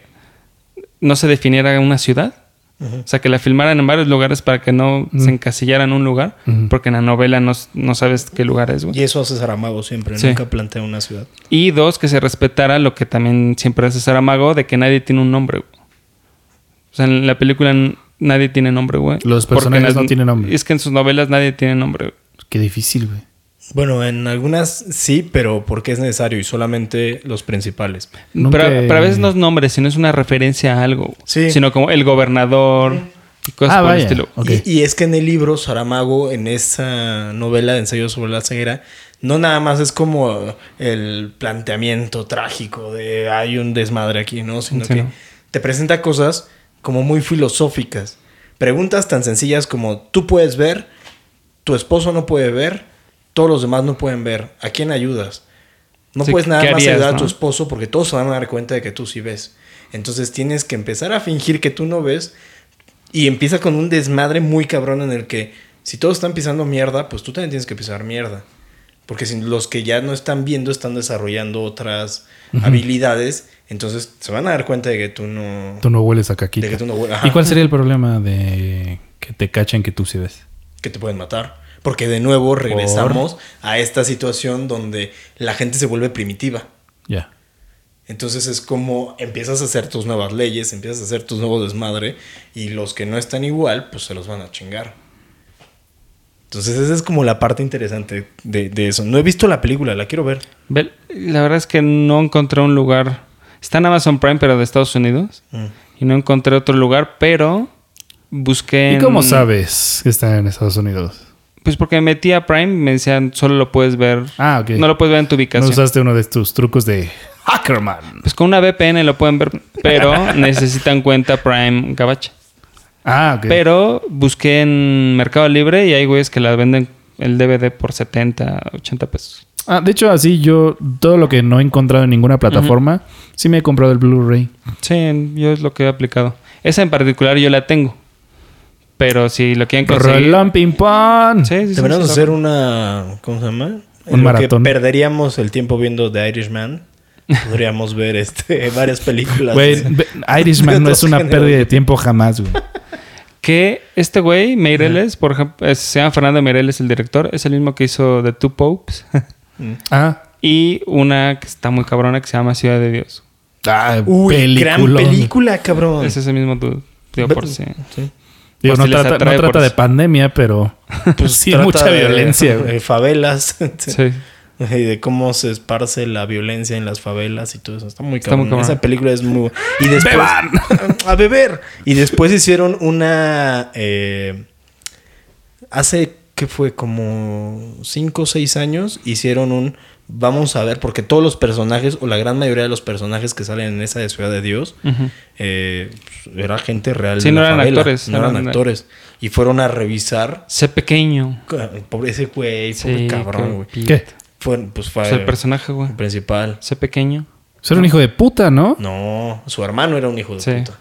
no se definiera una ciudad. O sea, que la filmaran en varios lugares para que no se encasillaran en un lugar, porque en la novela no, s- no sabes qué lugar es. güey. Y eso hace Saramago siempre. Sí. Nunca plantea una ciudad. Y dos, que se respetara lo que también siempre hace Saramago, de que nadie tiene un nombre. güey. O sea, en la película n- nadie tiene nombre, güey. Los Porque personajes en las- no tienen nombre. Es que en sus novelas nadie tiene nombre. güey. Qué difícil, güey. Bueno, en algunas sí, pero porque es necesario y solamente los principales. Nunca- Pero, pero a veces no es nombre, sino es una referencia a algo. Sí. Sino como el gobernador y cosas Ah, por el vaya. estilo. Ok. Y, y es que en el libro, Saramago, en esa novela de ensayos sobre la ceguera, no nada más es como el planteamiento trágico de hay un desmadre aquí, ¿no? Sino Sí, que ¿no? te presenta cosas como muy filosóficas. Preguntas tan sencillas como tú puedes ver, tu esposo no puede ver, todos los demás no pueden ver. ¿A quién ayudas? No Sí, puedes nada ¿qué más harías, ayudar a no? tu esposo porque todos se van a dar cuenta de que tú sí ves. Entonces tienes que empezar a fingir que tú no ves y empieza con un desmadre muy cabrón en el que si todos están pisando mierda, pues tú también tienes que pisar mierda. Porque si los que ya no están viendo están desarrollando otras habilidades, entonces se van a dar cuenta de que tú no... Tú no hueles a caquita. de que tú no... ¿Y ajá, cuál sería el problema de que te cachen que tú sí ves? que te pueden matar. Porque de nuevo regresamos a esta situación donde la gente se vuelve primitiva. Ya. Entonces es como empiezas a hacer tus nuevas leyes, empiezas a hacer tus nuevos desmadre y los que no están igual, pues se los van a chingar. Entonces esa es como la parte interesante de, de eso. No he visto la película, la quiero ver. Ve- La verdad es que no encontré un lugar. Está en Amazon Prime, pero de Estados Unidos. Mm. Y no encontré otro lugar, pero busqué. ¿Y en- cómo sabes que está en Estados Unidos? Pues porque me metí a Prime y me decían, solo lo puedes ver. Ah, ok. No lo puedes ver en tu No ubicación. usaste uno de tus trucos de Hackerman. Pues con una VPN lo pueden ver, pero necesitan cuenta Prime Gabacha. Ah, ok. Pero busqué en Mercado Libre y hay güeyes que la venden el DVD por 70, 80 pesos. Ah, de hecho, así yo, todo lo que no he encontrado en ninguna plataforma, sí me he comprado el Blu-ray. Sí, yo es lo que he aplicado. Esa en particular yo la tengo. Pero si lo quieren conseguir... Rolón Pimpón. Sí, sí, sí, Deberíamos sí, hacer una... ¿Cómo se llama? Un En lo maratón. Que perderíamos el tiempo viendo The Irishman. Podríamos ver este, varias películas. Güey, ve- Irishman no es una pérdida de tiempo jamás, güey. Que este güey, Meireles, por ejemplo, es- se llama Fernando Meireles el director, es el mismo que hizo The Two Popes. Ah, y una que está muy cabrona que se llama Ciudad de Dios. ah Uy, peliculón. gran película, cabrón. Es ese mismo dude. Digo, por si... Digo, Pues no, si les trata, atrae no trata por de eso. pandemia, pero pues sí, Trata mucha de- violencia, güey. de favelas. Sí. Y de cómo se esparce la violencia en las favelas y todo eso. Está muy Está cabrón. muy cabrón. Esa película es muy... Y después... ¡Beban! ¡A beber! Y después hicieron una... eh, hace... que fue? Como 5 o 6 años hicieron un... Vamos a ver, porque todos los personajes, o la gran mayoría de los personajes que salen en esa de Ciudad de Dios, Ujú. eh, era gente real. Sí, de no la eran favela. actores, No eran eran- actores. Y fueron a revisar... Sé pequeño. Pobre ese güey, pobre Sí, cabrón, qué güey. pi- ¿Qué? Fue, pues fue Pues el personaje, güey. el principal. Sé pequeño. Pues era un hijo de puta, ¿no? No, su hermano era un hijo de Sí. puta.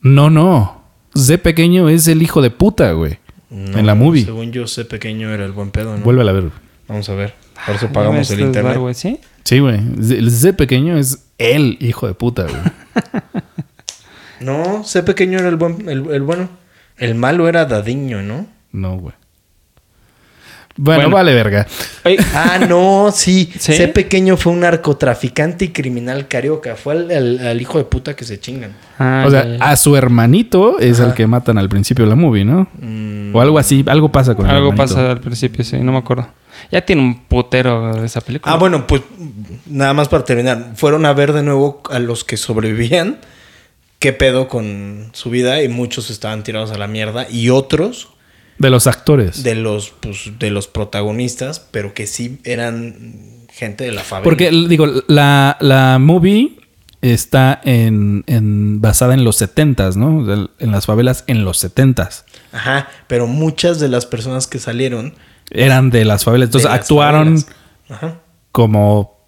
No, no. Z pequeño es el hijo de puta, güey. No, en la movie. Según yo sé, pequeño era el buen pedo, ¿no? Vuelve a ver. Vamos a ver. Por eso Ah, pagamos ya el ves, internet. Eduardo, güey, ¿sí? Sí, güey. Z- El Z pequeño es el hijo de puta, güey. No, sé pequeño era el buen, el, el bueno. El malo era Dadiño, ¿no? No, güey. Bueno, Bueno. vale verga. Oye, Ah, no, sí. ¿Sí? Sé pequeño fue un narcotraficante y criminal carioca. Fue al, al- al hijo de puta que se chingan. ah, o sea, ya, ya. a su hermanito es el que matan al principio de la movie, ¿no? O algo así, algo pasa con el algo hermanito. pasa al principio, sí, no me acuerdo. Ya tiene un putero de esa película. Ah, bueno, pues nada más para terminar. Fueron a ver de nuevo a los que sobrevivían. ¿Qué pedo con su vida? Y muchos estaban tirados a la mierda. Y otros De los actores. de los pues, de los protagonistas, pero que sí eran gente de la favela. Porque, l- digo, la, la movie está en, en- basada en los 70 ¿no? O sea, En las favelas en los 70 ajá, pero muchas de las personas que salieron Eran de las favelas. Entonces de las actuaron favelas. Ajá. como,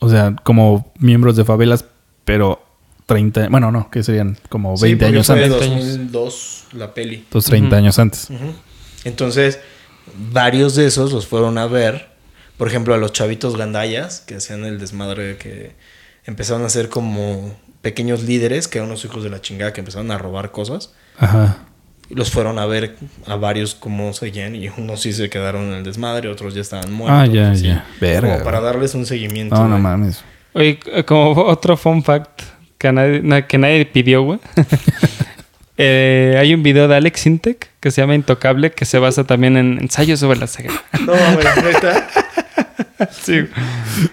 o sea, como miembros de favelas, pero 30, bueno, no, que serían como Sí, 20 porque años fue de antes. 2002 la peli. Entonces 30 años antes. Ujú. Entonces, varios de esos los fueron a ver, por ejemplo, a los chavitos gandayas que hacían el desmadre que empezaron a ser como pequeños líderes, que eran unos hijos de la chingada que empezaron a robar cosas. Ajá. Los fueron a ver a varios como seguían y unos sí se quedaron en el desmadre, otros ya estaban muertos. Ah, ya, así. ya. Verga. Como para darles un seguimiento. No, no güey. mames. Oye, c- como otro fun fact que a nadie, na- que nadie pidió, güey. eh, hay un video de Alex Intec que se llama Intocable que se basa también en ensayos sobre la ceguera. No mames, neta. Sí,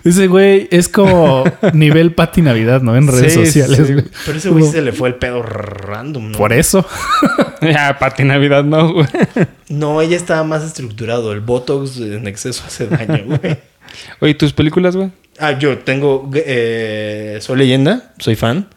Ese güey es como nivel Pati Navidad, ¿no? En redes Sí, sociales. sí. güey. Pero ese güey sí se le fue el pedo random, ¿no? Por eso. ya, Pati Navidad no, güey. No, ella estaba más estructurado. El Botox en exceso hace daño, güey. Oye, ¿tus películas, güey? Ah, yo tengo. eh, soy leyenda, soy fan.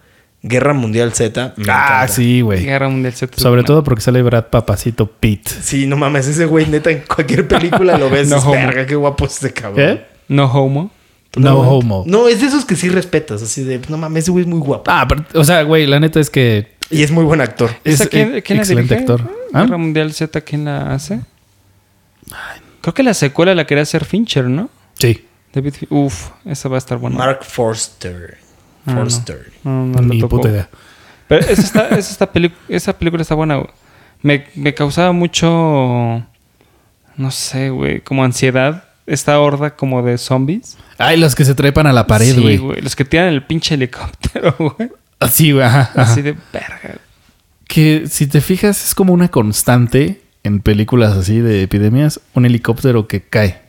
Guerra Mundial Z. me Ah, encanta. sí, güey. Guerra Mundial Z. Sobre todo porque sale Brad Papacito Pete. Sí, no mames, ese güey neta en cualquier película lo ves. No es, homo. verga, qué guapo es este cabrón. ¿Qué? No homo. No homo. No, es de esos que sí respetas, así de, no mames, ese güey es muy guapo. Ah, pero, o sea, güey, la neta es que Y es muy buen actor. es ¿Esa quién- eh, quién la excelente dirige? actor. ¿Ah? Guerra Mundial Z, ¿quién la hace? Creo que la secuela la quería hacer Fincher, ¿no? Sí. David Fi- Uf, esa va a estar buena. Mark Forster. Ah, no. Forster. No, no la Ni tocó. puta idea. Pero esa, está- esa está peli- esa película está buena, güey. Me, me causaba mucho. No sé, güey. Como ansiedad. Esta horda como de zombies. Ay, los que se trepan a la pared, Sí, güey. Los que tiran el pinche helicóptero, güey. Así, güey. ajá, ajá. Así de verga. Que si te fijas, es como una constante en películas así de epidemias, un helicóptero que cae.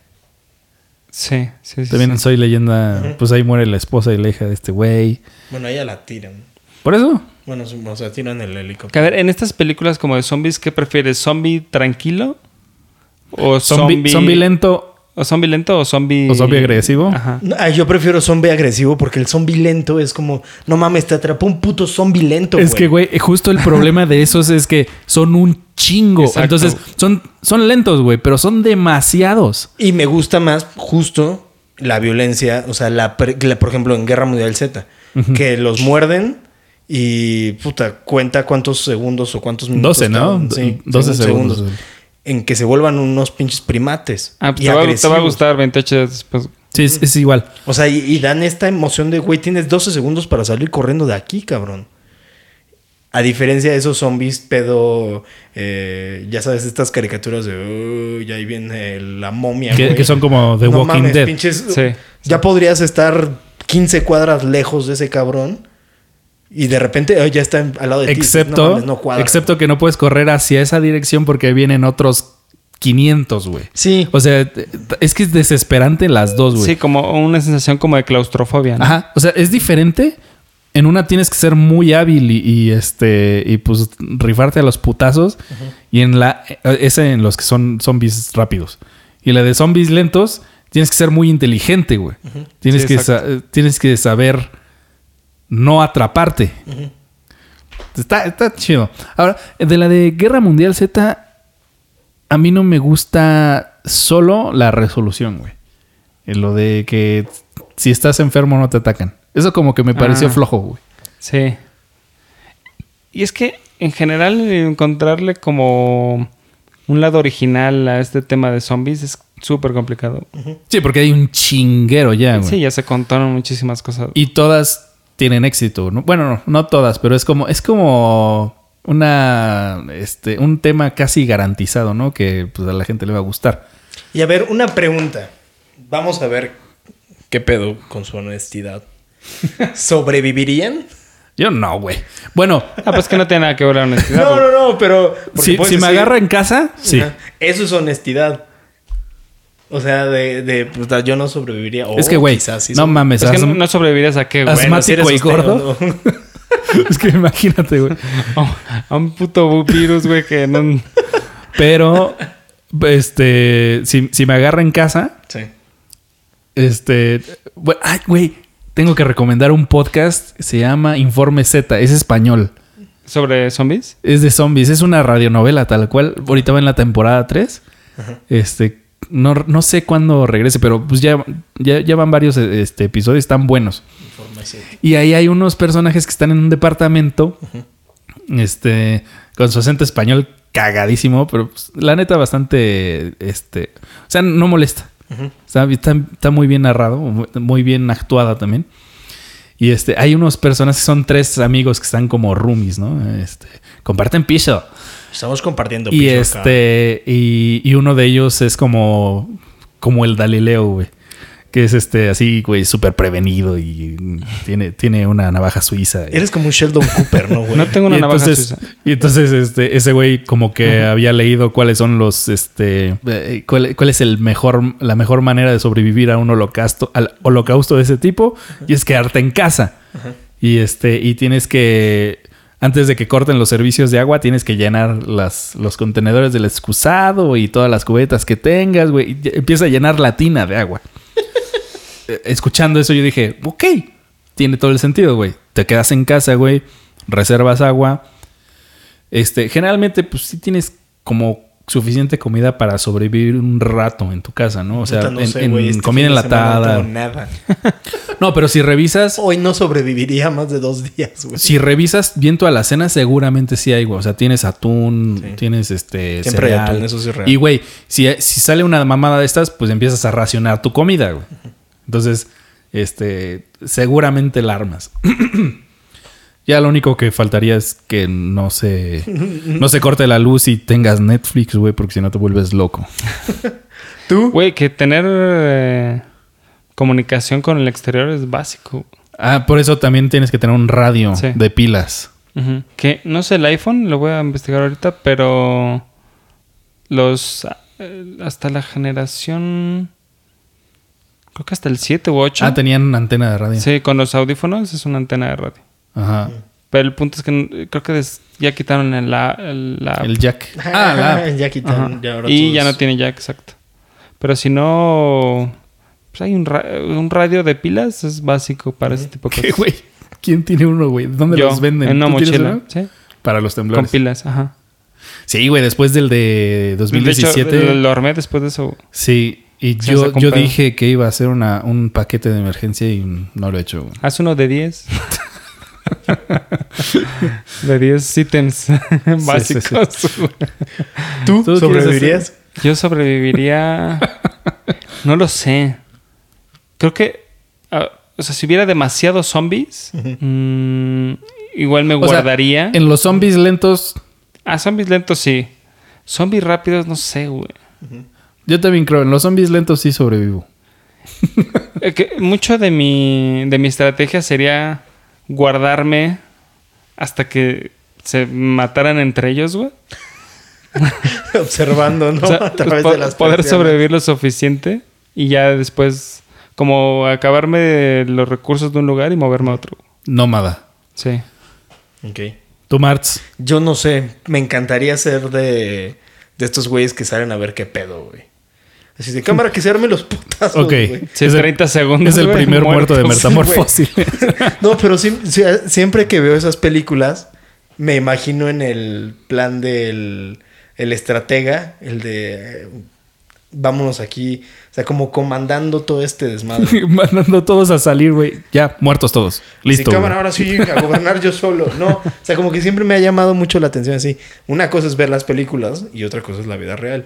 Sí, sí, sí. sí. También en soy leyenda, pues ahí muere la esposa y la hija de este güey. Bueno, ella la tiran. Por eso. Bueno, sí, o sea, tiran el helicóptero. Que, a ver, en estas películas como de zombies, ¿qué prefieres? ¿Zombie tranquilo? ¿O Zombie, zombie, zombie lento. ¿O zombie lento o zombie. ¿O zombie agresivo? Ajá. No, ay, yo prefiero zombie agresivo porque el zombie lento es como, no mames, te atrapó un puto zombie lento. Es que, güey, justo el problema de esos es que son un chingo. Exacto. Entonces, son, son lentos, güey, pero son demasiados. Y me gusta más justo la violencia, o sea, la, pre- la- por ejemplo en Guerra Mundial Z, que los muerden y puta, cuenta cuántos segundos o cuántos minutos. 12, ¿no? tardan. Sí, Do- 12 según- segundos. En que se vuelvan unos pinches primates. Ah, pues y te va, te va a agresivos. gustar 28 días después. Sí, es, es igual. O sea, y, y dan esta emoción de, güey, tienes 12 segundos para salir corriendo de aquí, cabrón. A diferencia de esos zombies, pedo, eh, ya sabes, estas caricaturas de, "Uy, ahí viene la momia. Que, güey". que son como The No Walking mames, Dead. pinches- Sí. Ya podrías estar 15 cuadras lejos de ese cabrón y de repente "Ay, ya está en- al lado de ti. Excepto, No mames, no cuadra. excepto que no puedes correr hacia esa dirección porque vienen otros 500, güey. Sí. O sea, t- t- es que es desesperante las dos, güey. Sí, como una sensación como de claustrofobia. ¿no? Ajá. O sea, es diferente. En una tienes que ser muy hábil y, y, este y pues rifarte a los putazos. Y en la es en los que son zombies rápidos. Y la de zombies lentos tienes que ser muy inteligente, güey. Tienes Sí, que sa- tienes que saber no atraparte. Está, está chido. Ahora, de la de Guerra Mundial Z, a mí no me gusta solo la resolución, güey. Eh, Lo de que si estás enfermo no te atacan. Eso como que me pareció Ah. flojo, güey. Sí. Y es que en general encontrarle como un lado original a este tema de zombies es súper complicado. Sí, porque hay un chinguero ya, Ah, güey. Sí, ya se contaron muchísimas cosas. Y todas tienen éxito. ¿no? Bueno, no, no todas, pero es como, es como una este, un tema casi garantizado, ¿no? Que pues a la gente le va a gustar. Y a ver, una pregunta. Vamos a ver qué pedo con su honestidad. ¿Sobrevivirían? Yo no, güey. Bueno, Ah, pues que no tiene nada que ver la honestidad. No, güey. no, no, pero. porque si, puedes si me decir- agarra en casa, sí. Ajá. Eso es honestidad. O sea, de, de puta, yo no sobreviviría. O Es que, güey, Oh, quizás sí no sobre- mames. Es que asma- no, no sobrevivirás a qué, güey. Asma- si eres asmático y austero, gordo. ¿no? es que imagínate, güey. A- A un puto virus, güey, que no... Pero, este, si, si me agarra en casa, Sí. este, bu- ay, güey, tengo que recomendar un podcast, se llama Informe Z, es español, ¿Sobre zombies? es de zombies, es una radionovela tal cual, ahorita va en la temporada 3, este, no, no sé cuándo regrese, pero pues ya, ya, ya van varios este, episodios tan buenos. Información. Y ahí hay unos personajes que están en un departamento. Este. Con su acento español cagadísimo. Pero pues, la neta, bastante. Este. O sea, no molesta. Está, está- está muy bien narrado. mu- Muy bien actuada también. Y este, hay unos personajes, son tres amigos que están como roomies, ¿no? Este, comparten piso. Estamos compartiendo. Y piso acá. este, y, y uno de ellos es como, como el Galileo, güey. que es este así, güey, súper prevenido y tiene, tiene una navaja suiza. y- Eres como un Sheldon Cooper, ¿no, güey? No tengo una y navaja entonces, suiza. Y entonces este, ese güey como que había leído cuáles son los, este, eh, cuál, cuál es el mejor, la mejor manera de sobrevivir a un holocausto, al holocausto de ese tipo, y es quedarte en casa. Y este, y tienes que, antes de que corten los servicios de agua, tienes que llenar las, los contenedores del excusado y todas las cubetas que tengas, güey. Y ya- Empieza a llenar la tina de agua. Eh, Escuchando eso, yo dije, ok, tiene todo el sentido, güey. Te quedas en casa, güey, reservas agua. Este, generalmente, pues sí tienes como suficiente comida para sobrevivir un rato en tu casa, ¿no? O sea, Puta, no en, sé, en güey, este comida fin de semana enlatada. No, tengo nada. No, pero si revisas, Hoy no sobreviviría más de dos días, güey. si revisas bien tu alacena, seguramente sí hay, güey. O sea, tienes atún, Sí. tienes este. Siempre hay cereal. atún, eso sí es real. Y, güey, si, si sale una mamada de estas, pues empiezas a racionar tu comida, güey. Entonces, este. Seguramente la armas. ya lo único que faltaría es que no se. No se corte la luz y tengas Netflix, güey, porque si no te vuelves loco. ¿Tú? Güey, que tener eh, comunicación con el exterior es básico. Ah, por eso también tienes que tener un radio Sí. de pilas. Ujú. Que no sé el iPhone, lo voy a investigar ahorita, pero los eh, hasta la generación creo que hasta el 7 u 8. Ah, tenían antena de radio. sí, con los audífonos es una antena de radio. Ajá. Pero el punto es que eh, creo que des- ya quitaron el, la- el, la- El jack. Ah, la app. ya Ajá. quitaron. Ya ahora y todos- ya no tiene jack, exacto. Pero si no pues hay un, ra- un radio de pilas es básico para ese tipo de ¿Qué, cosas. güey? ¿Quién tiene uno, güey? ¿Dónde Yo, los venden? En una ¿Tú tienes mochila, uno? sí, Para los con temblores. pilas, ajá. Sí, güey, después del de De 2017. hecho, lo armé después de eso. Sí, y Se yo, sacó un yo pedo. dije que iba a hacer una, un paquete de emergencia y no lo he hecho. güey. Haz uno de 10. de 10 ítems básicos. ¿Tú, ¿Tú sobrevivirías? Yo sobreviviría. No lo sé. Creo que. ah, o sea, si hubiera demasiados zombies, mm, igual me O sea, guardaría. en los zombies lentos, Ah, zombies lentos sí. Zombies rápidos, no sé, güey. yo también creo, en los zombies lentos sí sobrevivo. Eh, que mucho de mi, de mi estrategia sería guardarme hasta que se mataran entre ellos, güey. Observando, ¿no? O sea, a pues, través po- de las poder persianas. sobrevivir lo suficiente y ya después como acabarme de los recursos de un lugar y moverme a otro. Pues, Nómada. Sí. Ok. Tú, Martz. Yo no sé. Me encantaría ser de, de estos güeyes que salen a ver qué pedo, güey. Así de cámara que se armen los putazos, Ok. güey. Sí, Es el- 30 segundos. Es el güey, primer muerto de muertos. metamorfosis. No, pero sí- sí, eh, siempre que veo esas películas, me imagino en el plan del el estratega, el de eh, vámonos aquí, o sea, como comandando todo este desmadre. Mandando todos a salir, güey. Ya, muertos todos. Sí, Listo. güey. cámara, ahora sí, a gobernar yo solo. No, o sea, como que siempre me ha llamado mucho la atención así. Una cosa es ver las películas y otra cosa es la vida real.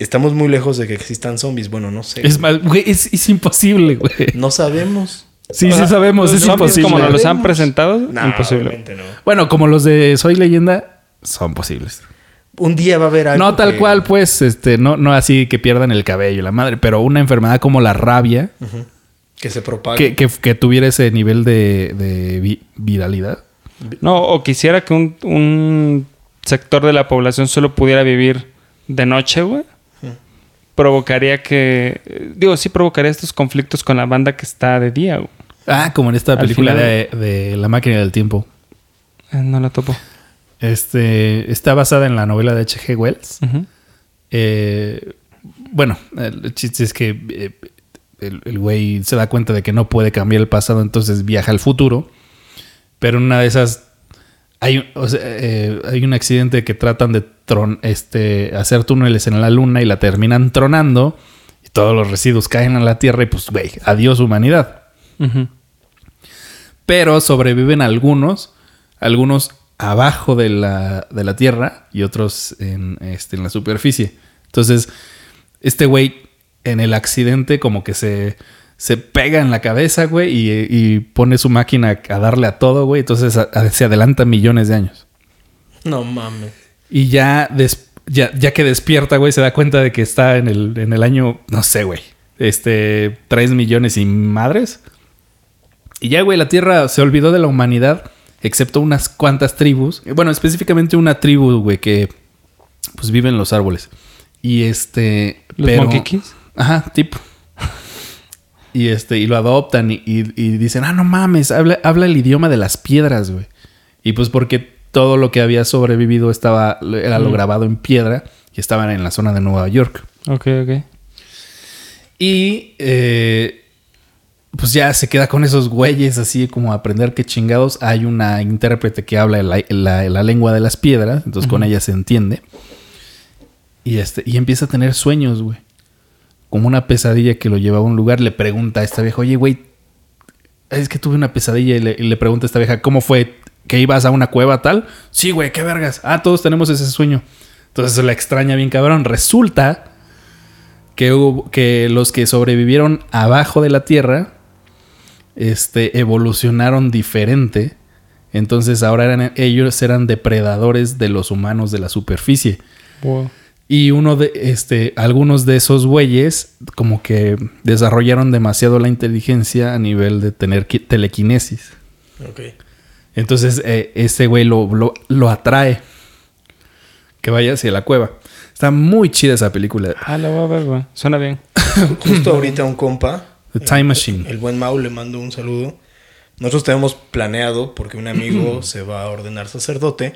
Estamos muy lejos de que existan zombies. Bueno, no sé. Es mal- güey, es, es imposible, güey. No sabemos. Sí, O sea, sí Pues, sabemos, los es zombies imposible. Como nos los han Sabemos. presentado, No, imposible. obviamente no. Bueno, como los de Soy Leyenda, son posibles. Un día va a haber algo. No tal que- cual, pues, este, no, no así que pierdan el cabello, y la madre, pero una enfermedad como la rabia, Que se propague. que, que- que tuviera ese nivel de, de vi- viralidad. No, o quisiera que un, un sector de la población solo pudiera vivir de noche, güey. Provocaría que. eh, Digo, sí provocaría estos conflictos con la banda que está de día, güey. Ah, como en esta Al película final- de, de La máquina del tiempo. Eh, No la topo. Este, está basada en la novela de H.G. Wells. Ujú. Eh, bueno, el chiste es que eh, el el güey se da cuenta de que no puede cambiar el pasado, entonces viaja al futuro. Pero en una de esas hay, o sea, eh, hay un accidente que tratan de tron- este, hacer túneles en la luna y la terminan tronando. Y todos los residuos caen a la Tierra y pues, güey, adiós humanidad. Ujú. Pero sobreviven algunos, algunos abajo de la, de la tierra y otros en, este, en la superficie. Entonces, este güey en el accidente como que se, se pega en la cabeza, güey, y, y pone su máquina a darle a todo, güey. Entonces a- a- se adelanta millones de años. No mames. Y ya, des- ya, ya que despierta, güey, se da cuenta de que está en el, en el año, no sé, güey, este, 3 millones y madres. Y ya, güey, la Tierra se olvidó de la humanidad, excepto unas cuantas tribus. Bueno, específicamente una tribu, güey, que pues vive en los árboles. Y este... ¿Los Monkey Kids? Ajá, tipo. Y este, y lo adoptan y, y- y dicen, ah, no mames, habla, habla el idioma de las piedras, güey. Y pues porque todo lo que había sobrevivido estaba, era lo Mm. grabado en piedra y estaban en la zona de Nueva York. Ok, ok. Y eh, pues ya se queda con esos güeyes así como a aprender que chingados. Hay una intérprete que habla la, la- la lengua de las piedras, entonces con ella se entiende. Y, este, y empieza a tener sueños, güey. Como una pesadilla que lo lleva a un lugar. Le pregunta a esta vieja, oye, güey, es que tuve una pesadilla. Y le, y le pregunta a esta vieja, ¿cómo fue? ¿Que ibas a una cueva tal? Sí, güey, qué vergas. Ah, todos tenemos ese sueño. Entonces se la extraña bien cabrón. Resulta que, hubo- que los que sobrevivieron abajo de la Tierra este, evolucionaron diferente. Entonces ahora eran, ellos eran depredadores de los humanos de la superficie. Wow. Y uno de, este, algunos de esos güeyes como que desarrollaron demasiado la inteligencia a nivel de tener qui- telequinesis. Ok. Entonces, eh, ese güey lo, lo- lo atrae. Que vaya hacia la cueva. Está muy chida esa película. Ah, la voy a ver, güey. Suena bien. Justo ahorita un compa, The Time Machine. el buen Mau, le mando un saludo. Nosotros tenemos planeado, porque un amigo se va a ordenar sacerdote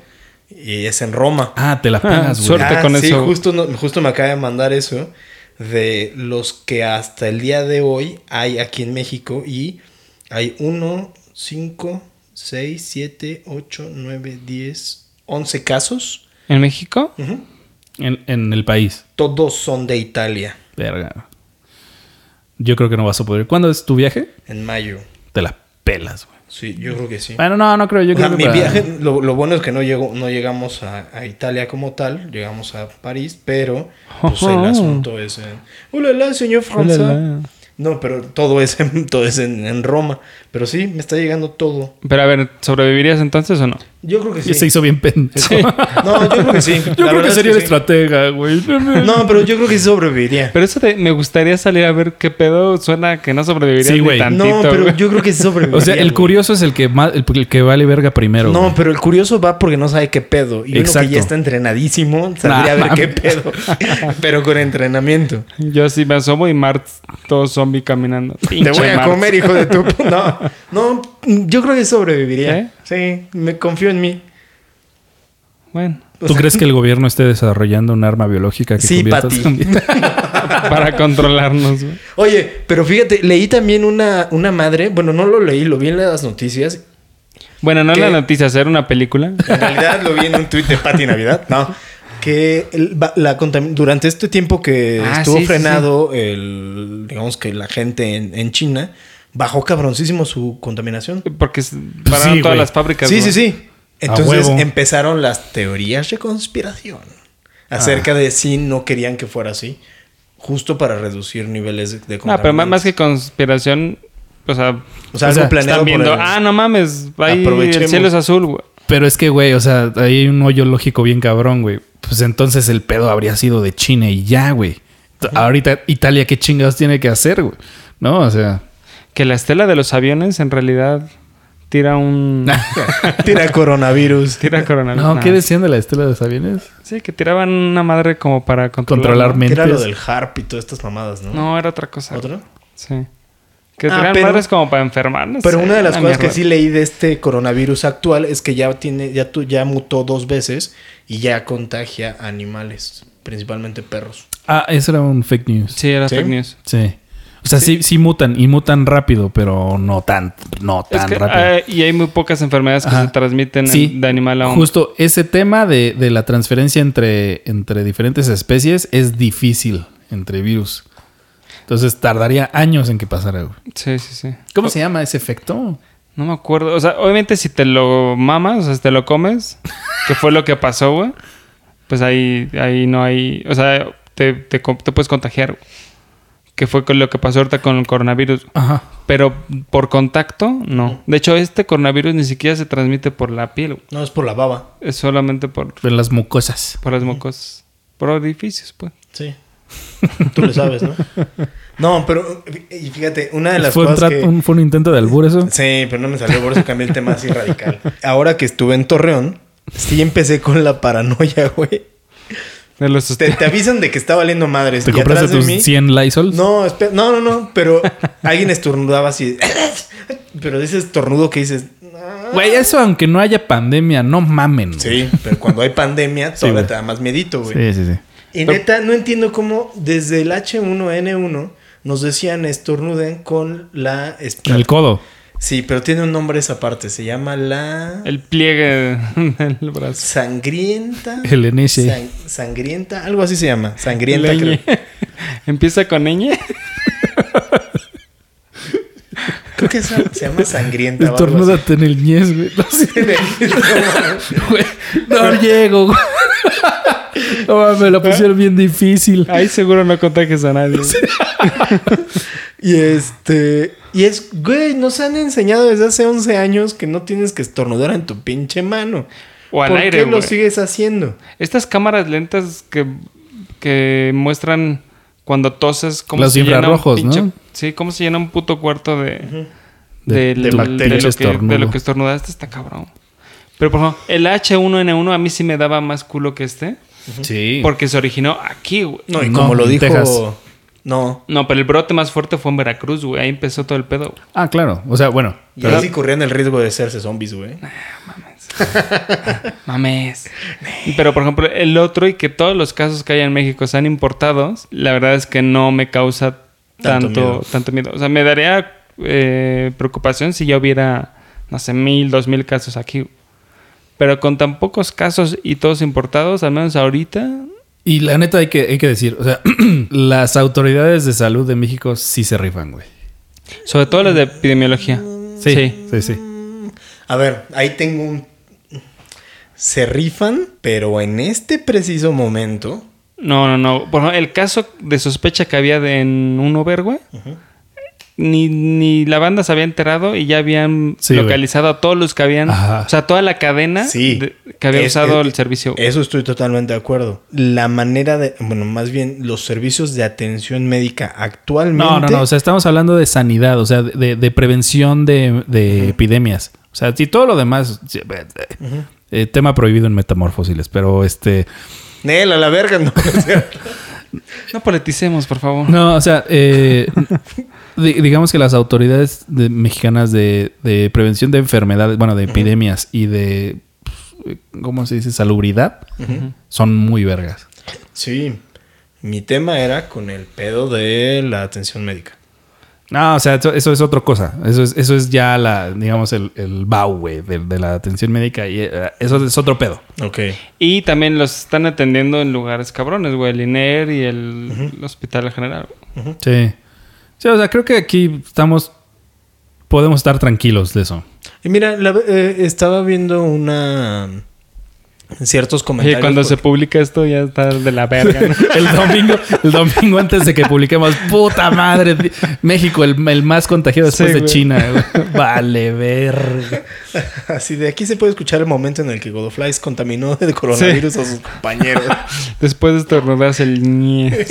y es en Roma. Ah, te la pegas, güey. suerte. con sí, eso. Justo, no- justo me acaba de mandar eso de los que hasta el día de hoy hay aquí en México y hay 1, 5, 6, 7, 8, 9, 10, 11 casos. ¿En México? Ujú. En, en el país. Todos son de Italia Verga. Yo creo que no vas a poder. ¿Cuándo es tu viaje? en mayo. Te la pelas, güey. Sí, yo creo que sí. Ah, Bueno, no, no creo. Yo O sea, creo que mi para- viaje, lo, lo bueno es que no, llegó, no llegamos a, a Italia como tal, llegamos a París, pero pues, el Ojo. asunto es en... ¡Hola, señor François! No, pero todo es, en, todo es en, en Roma. Pero sí, me está llegando todo. Pero a ver, ¿sobrevivirías entonces o no? Yo creo que sí. Y Se hizo bien pendejo. No, yo creo que sí. Yo La creo verdad que es sería el sí. estratega, güey. No, pero yo creo que sí sobreviviría. Pero eso de me gustaría salir a ver qué pedo suena que no sobreviviría Sí, ni güey. tantito. no, pero güey. yo creo que sí sobreviviría. O sea, el güey. curioso es el que, más, el, el que vale verga primero. No, güey. pero el curioso va porque no sabe qué pedo. Y uno Exacto. que ya está entrenadísimo saldría Nah, a ver qué mames. pedo. pero con entrenamiento. Yo sí me asomo y Mart, todo zombie caminando. Te voy a comer, hijo de tu. No, no, yo creo que ¿Eh? sobreviviría. Sí, me confío en mí. Bueno, O ¿Tú sea, crees que el gobierno esté desarrollando un arma biológica que Sí, convierta Pati. también? para controlarnos, güey. Oye, pero fíjate, leí también una, una madre. Bueno, no lo leí, lo vi en las noticias. Bueno, no es ¿Qué? la noticia, hacer una película. En realidad lo vi en un tuit de Pati Navidad. No. Que el- va- la contam- durante este tiempo que Ah, estuvo sí, sí, frenado el, digamos que la gente en, en China, bajó cabroncísimo su contaminación. Porque s- pararon sí, todas güey. las fábricas. Sí, güey. sí, sí. A Entonces huevo. empezaron las teorías de conspiración acerca Ah. de si no querían que fuera así, justo para reducir niveles de, de No, pero más, más que contaminantes. conspiración, o sea, O sea, o algo sea, planeado están por viendo, el- ah, no mames, ahí el Aprovechemos. cielo es azul, güey. Pero es que, güey, o sea, ahí hay un hoyo lógico bien cabrón, güey. Pues entonces el pedo habría sido de China y ya, güey. T- Ahorita Italia, ¿qué chingados tiene que hacer, güey? No, o sea... Que la estela de los aviones en realidad tira un... Tira coronavirus. tira coronavirus. No, Nah. ¿qué decían de la estela de los aviones? Sí, que tiraban una madre como para controlar. Controlar ¿no? Que mentes. era lo del harp y todas estas mamadas, ¿no? No, era otra cosa. ¿Otro? Sí. Que Ah, tiraban pero- madres como para enfermarnos. Pero sí, una de las cosas que mierda. sí leí de este coronavirus actual es que ya tiene, ya tu- ya mutó dos veces y ya contagia a animales, principalmente perros. Ah, eso era un fake news. Sí, era ¿Sí? fake news. Sí. O sea, sí, sí mutan y mutan rápido, pero no tan, no tan Es que, rápido. eh, y hay muy pocas enfermedades que Ajá. se transmiten en- Sí, de animal a humano. Justo ese tema de, de la transferencia entre, entre diferentes especies es difícil entre virus. Entonces tardaría años en que pasara. güey. Sí, sí, sí. ¿Cómo se llama ese efecto? No me acuerdo. O sea, obviamente si te lo mamas, o sea, si te lo comes, que fue lo que pasó, güey, pues ahí, ahí no hay... O sea, te, te, co- te puedes contagiar, güey. Que fue con lo que pasó ahorita con el coronavirus. Ajá. Pero por contacto, no. De hecho, este coronavirus ni siquiera se transmite por la piel. güey. No, es por la baba. Es solamente por, De las mucosas. por las mocos. Por orificios, pues. Sí. Tú lo sabes, ¿no? No, pero y fíjate, una de las ¿Fue un, cosas tra- que... un- ¿Fue un intento de albur eso? Sí, pero no me salió, por eso cambié el tema así radical. Ahora que estuve en Torreón, sí empecé con la paranoia, güey. De los Te, te avisan de que está valiendo madres. ¿Te y compraste atrás de tus mí- 100 Lysol? No, espe- no, no, no, pero alguien estornudaba así. pero ese estornudo que dices. "Ah". Güey, eso aunque no haya pandemia, no mamen. Sí, pero cuando hay pandemia, todavía güey. te da más miedito, güey. Sí, sí, sí. Y neta, no entiendo cómo desde el H1N1 nos decían estornuden con la En espalda. el codo. Sí, pero tiene un nombre esa parte. Se llama la El pliegue del brazo. sangrienta. El NSA. Sang- sangrienta, algo así se llama. Sangrienta, creo. Leñe. Empieza con ñ. Creo que esa se llama sangrienta. o algo así. Estornúdate en el ñez, güey. No, sí, güey. No llego, güey. No mames, me lo pusieron bien difícil. Ahí seguro no contagias a nadie. y este. Y es, güey, nos han enseñado desde hace 11 años que no tienes que estornudar en tu pinche mano. O al ¿Por aire, qué lo güey. sigues haciendo? Estas cámaras lentas que, que muestran cuando toses cómo Los se llena un infrarrojos, pinche- ¿no? Sí, cómo se llena un puto cuarto de De- del- de de bacterias. lo que, de lo Estornudo. que estornudaste está cabrón. Pero por ejemplo, el H1N1 a mí sí me daba más culo que este Sí. porque se originó aquí, güey. No, y No, como lo en dijo. Texas. No. No, pero el brote más fuerte fue en Veracruz, güey. Ahí empezó todo el pedo. güey. Ah, claro. O sea, bueno. Y ahí sí corrían el riesgo de hacerse zombies, güey. Mames. Pero por ejemplo, el otro y que todos los casos que hay en México sean importados, la verdad es que no me causa Tanto tanto, miedo. tanto, miedo. O sea, me daría eh, preocupación si ya hubiera, no sé, mil, dos mil casos aquí. Pero con tan pocos casos y todos importados, al menos ahorita, Y la neta hay que, hay que decir, o sea, las autoridades de salud de México sí se rifan, güey. sobre todo las de epidemiología. Sí. Sí, sí. A ver, ahí tengo un. Se rifan, pero en este preciso momento. No, no, no. Por ejemplo, el caso de sospecha que había de- en un Uber, güey. Ni, ni la banda se había enterado y ya habían Sí, güey. localizado a todos los que habían. Ajá. O sea, toda la cadena Sí. de- que había Es- eh, usado es- el servicio. Eso estoy totalmente de acuerdo. La manera de. Bueno, más bien, los servicios de atención médica actualmente. No, no, no. O sea, estamos hablando de sanidad, o sea, de, de prevención de, de epidemias. O sea, y todo lo demás. sí, eh, eh, eh, tema prohibido en metamorfósiles, pero este. Nel, a la verga, no. O sea, No politicemos, por favor. No, o sea, eh, di- digamos que las autoridades de- mexicanas de, de prevención de enfermedades, bueno, de epidemias y de. pues, ¿Cómo se dice? Salubridad. Son muy vergas. sí. Mi tema era con el pedo de la atención médica. No, o sea, eso, eso es otra cosa. Eso es, eso es ya la, digamos, el, el BAU, güey, de, de la atención médica. Y eh, eso es otro pedo. Ok. Y también los están atendiendo en lugares cabrones, güey. El INER y el, el Hospital General. Sí. Sí, o sea, creo que aquí estamos. Podemos estar tranquilos de eso. Y mira, la- eh, estaba viendo una. Ciertos Oye, comentarios. cuando se porque- publica esto ya está de la verga. ¿no? El domingo, el domingo antes de que publiquemos, puta madre, di- México, el, el más contagiado después Sí, de güey. China. güey. Vale, ver. Así de aquí se puede escuchar el momento en el que Godoflies contaminó de coronavirus a sus compañeros. Después de estornudarse el ñe.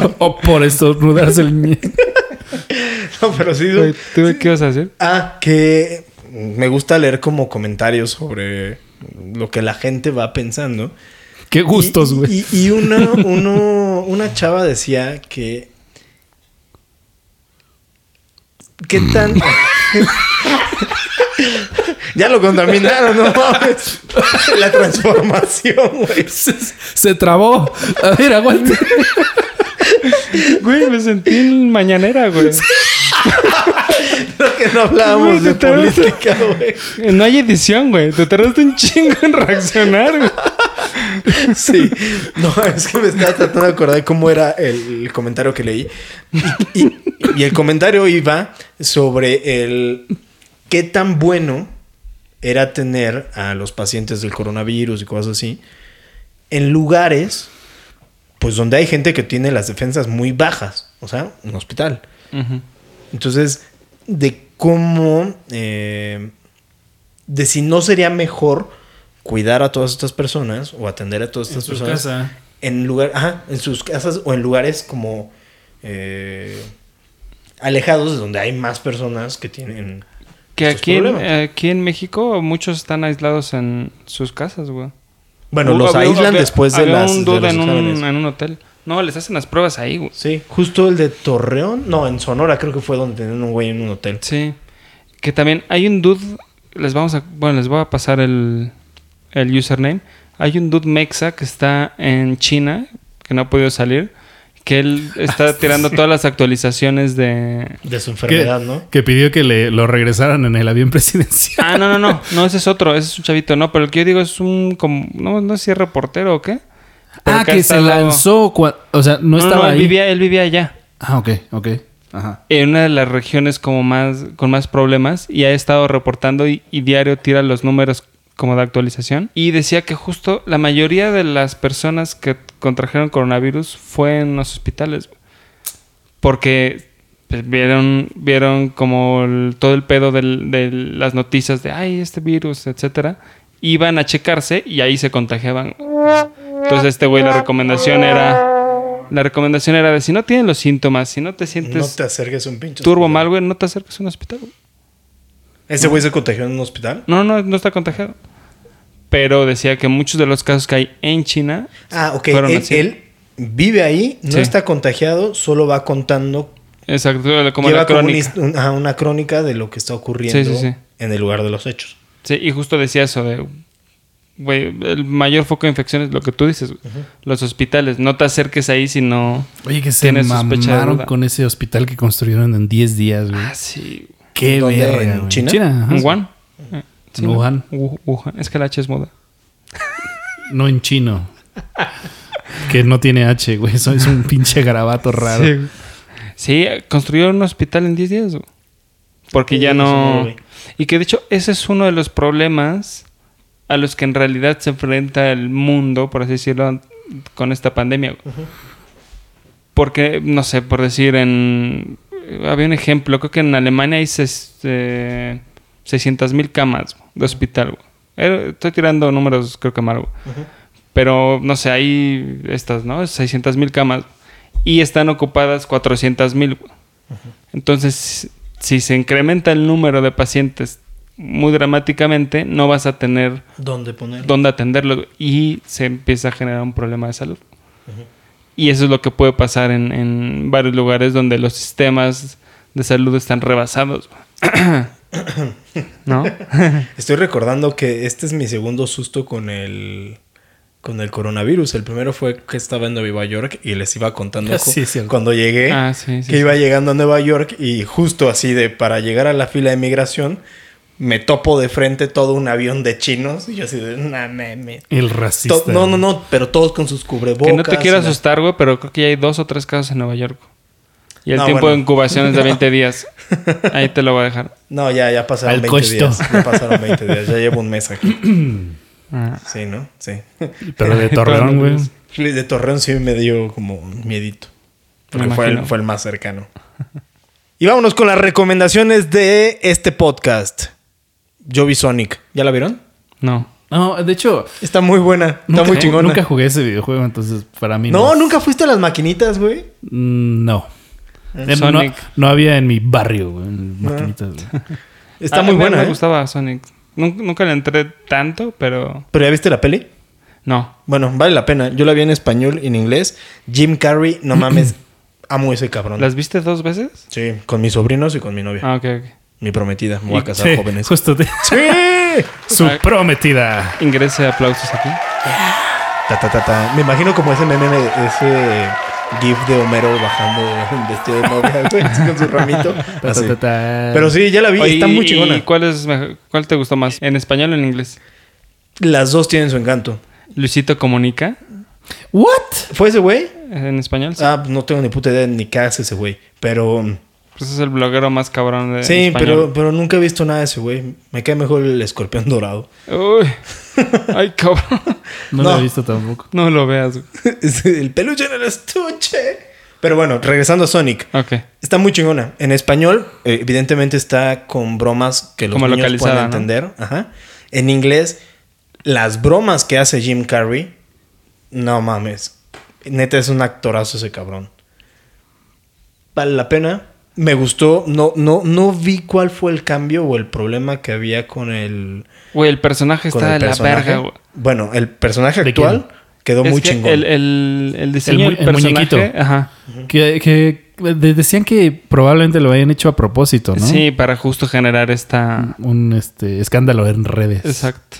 O Oh, por estornudarse el mie- No, pero sí. Güey, ¿Tú qué ibas a decir? Ah, que me gusta leer como comentarios sobre lo que la gente va pensando. Qué gustos, Y- güey. Y, y uno, uno- una chava decía que. ¿Qué tan.? ya lo contaminaron, no mames. La transformación, güey. Se, se trabó. A ver, aguante. Güey, me sentí en mañanera, güey. Creo que no hablábamos de Güey, te tardas- política, güey. Eh, No hay edición, güey. Te tardaste un chingo en reaccionar, güey. Sí, no, es que me estaba tratando de acordar cómo era el, comentario que leí. Y, y- y el comentario iba sobre el qué tan bueno era tener a los pacientes del coronavirus y cosas así en lugares, pues donde hay gente que tiene las defensas muy bajas, o sea, un hospital. Entonces, de cómo, eh, de si no sería mejor cuidar a todas estas personas o atender a todas estas su personas casa. en lugar, ajá, en sus casas o en lugares como eh, alejados de donde hay más personas que tienen Que estos aquí en, eh, problemas. aquí en México muchos están aislados en sus casas, güey. bueno, Hubo- los había- aíslan había- después de había las un de dude los en, exámenes. un, en un hotel. No, les hacen las pruebas ahí, güey. Sí, justo el de Torreón, no, en Sonora creo que fue donde tenían un güey en un hotel. Sí. Que también hay un dude. Les vamos a. Bueno, les voy a pasar el, el username. Hay un dude mexa que está en China. Que no ha podido salir. Que él está tirando todas las actualizaciones de. De su Que, enfermedad, ¿no? que pidió que le, lo regresaran en el avión presidencial. Ah, no, no, no. No, ese es otro. Ese es un chavito. No, pero el que yo digo es un. Como, no, no sé si es reportero o qué. Pero Ah, ha que se estado- lanzó. cua- O sea, no No, no, estaba no, él ahí. Vivía, él vivía allá. Ah, ok, ok. Ajá. en una de las regiones como más con más problemas y ha estado reportando y, y diario tira los números como de actualización y decía que justo la mayoría de las personas que contrajeron coronavirus fue en los hospitales güey. porque pues, vieron vieron como el- todo el pedo del- de las noticias de ay este virus etcétera iban a checarse y ahí se contagiaban entonces este güey la recomendación era la recomendación era de si no tienen los síntomas si no te sientes No te acerques a un pinche. turbo hospital. mal, güey, no te acerques a un hospital. güey. ¿Ese güey se contagió en un hospital? No, no, no está contagiado. Pero decía que muchos de los casos que hay en China Ah, ok. fueron Él, así. él vive ahí, no Sí. está contagiado, solo va contando. Exacto, como lleva la como un crónica. hist- un- ajá, una crónica de lo que está ocurriendo Sí, sí, sí. en el lugar de los hechos. Sí, y justo decía eso de, güey, el mayor foco de infección es lo que tú dices, güey. los hospitales. No te acerques ahí si no... Oye, que se Tiene sospecha de mamaron duda. con ese hospital que construyeron en 10 días, güey. Ah, sí. Qué ¿Dónde? verga, ¿En güey. China? ajá. ¿En Wuhan? Eh, sí, En ¿no? Wuhan. Wu- Wuhan. Es que la H es moda. No en chino. que no tiene H, güey. Eso es un pinche garabato raro. Sí, güey. Sí, construyeron un hospital en 10 días, güey. Porque ya Sí, no... sí, güey. Y que de hecho ese es uno de los problemas a los que en realidad se enfrenta el mundo, por así decirlo, con esta pandemia. güey. Porque, no sé, por decir, en... Había un ejemplo, creo que en Alemania hay 600 mil camas güey, de hospital. güey. Eh, Estoy tirando números, creo que mal. güey. Pero, no sé, hay estas, ¿no? 600 mil camas. Y están ocupadas 400 mil. Entonces, si se incrementa el número de pacientes muy dramáticamente, no vas a tener ¿Dónde ponerlo? dónde atenderlos y se empieza a generar un problema de salud. Y eso es lo que puede pasar en, en varios lugares donde los sistemas de salud están rebasados. ¿No? Estoy recordando que este es mi segundo susto con el con el coronavirus. El primero fue que estaba en Nueva York y les iba contando Sí, cu- es cierto. cuando llegué Ah, sí, sí, que sí. iba llegando a Nueva York y justo así de para llegar a la fila de migración me topo de frente todo un avión de chinos y yo así de "Nah, meme". El To- racista. No, no, no, pero todos con sus cubrebocas. Que no te quiero y la- asustar, güey, pero creo que ya hay dos o tres casos en Nueva York. Y el No, tiempo bueno. de incubación es de 20 días. Ahí te lo voy a dejar. No, ya, ya pasaron Al 20 costo. días. Ya pasaron 20 días. Ya llevo un mes aquí. Ah. Sí, ¿no? Sí. Pero de Torreón, güey. El de Torreón sí me dio como miedito. Porque Me fue el, imagino. fue el más cercano. Y vámonos con las recomendaciones de este podcast. Yo vi Sonic. ¿Ya la vieron? No. No, de hecho, Está muy buena. nunca, Está muy chingona. nunca jugué ese videojuego, entonces para mí no, nunca fuiste a las maquinitas, güey. Mm, No. Eh, Sonic. No, no había en mi barrio, güey. Ah. en maquinitas, güey. Está A- muy a mí buena, Ah, Me ¿eh? gustaba Sonic. Nun- Nunca, le entré tanto, pero ¿Pero ya viste la peli? no. Bueno, vale la pena. Yo la vi en español y en inglés. Jim Carrey, no mames. Amo ese cabrón. ¿Las viste dos veces? Sí, con mis sobrinos y con mi novia. Ah, ok, ok. Mi prometida. Me voy a casar Sí, jóvenes. Justo te- ¡Sí! Su prometida. Ingrese aplausos aquí. Ta, ta, ta, ta. Me imagino como ese meme, ese gif de Homero bajando un vestido de novia güey, así con su ramito. Ta, Así. ta, ta. Pero sí, ya la vi, Oye, está muy ¿y chingona. ¿Cuál, es mejor- ¿Cuál te gustó más? ¿En español o en inglés? Las dos tienen su encanto. Luisito Comunica. ¿What? ¿Fue ese güey? ¿En español? Sí. Ah, no tengo ni puta idea ni qué hace ese güey. Pero. Pues es el bloguero más cabrón de sí, pero, español. pero nunca he visto nada de ese güey. Me cae mejor el escorpión dorado. pero... Uy. Ay, cabrón. No, lo No. he visto tampoco. No lo veas. güey. Es el peluche en el estuche. Pero bueno, regresando a Sonic. Ok. Está muy chingona. En español, eh, evidentemente está con bromas que los Como niños pueden localizada, ¿no? entender. Ajá. En inglés, las bromas que hace Jim Carrey, no mames. Neta es un actorazo ese cabrón. Vale la pena. Me gustó. No, no, no vi cuál fue el cambio o el problema que había con el. Güey, el personaje con está de el la personaje. verga, güey. Bueno, el personaje ¿De actual quedó Es muy que chingón. El, el, el diseño El mu- del el personaje, muñequito. Ajá. Que, que de- decían que probablemente lo hayan hecho a propósito, ¿no? Sí, para justo generar esta... Un este, escándalo en redes. Exacto.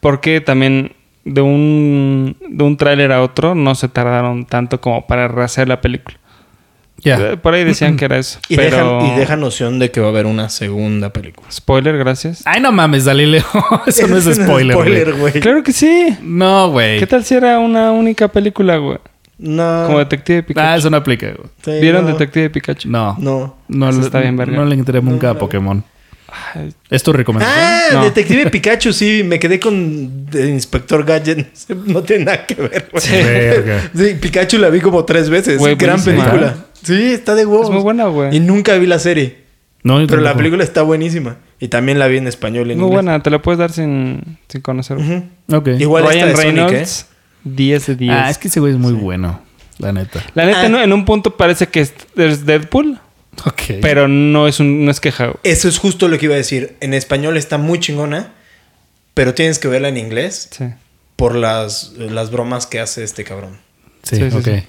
Porque también de un, de un tráiler a otro no se tardaron tanto como para rehacer la película. Ya. Eh, Por ahí decían que era eso. y, pero... deja, y deja noción de que va a haber una segunda película. Spoiler, gracias. Ay, no mames, Galileo. Eso no es spoiler, güey. güey. Claro que sí. No, güey. ¿Qué tal si era una única película, güey? No. Como Detective Ah, Pikachu. eso no aplica, güey. Sí, ¿Vieron no. Detective Pikachu? No. No. No, Eso le- está bien, verga. no le entré nunca a Pokémon. Ay, ¿Es tu recomendación? Ah, No. Detective Pikachu, sí, me quedé con el Inspector Gadget. No tiene nada que ver, güey. Sí. Verga. Pikachu la vi como tres veces. Güey, Gran buenísima. película. Sí, está de huevos. Es muy buena, Y güey. nunca vi la serie. No, yo Pero la tampoco. película está buenísima. Y también la vi en español y en Muy inglés. buena, te la puedes dar sin, sin conocer. güey. Ujú. Ok. Igual esta Ryan de Sonic, Reynolds, 10 de 10. Ah, es que ese güey es muy bueno. La neta. La neta, Ah. no, en un punto parece que es, es Deadpool, Ok. pero no es, un, no es queja. güey. ¿eh? Eso es justo lo que iba a decir. En español está muy chingona, pero tienes que verla en inglés Sí. por las, las bromas que hace este cabrón. sí, sí, sí, ok. sí.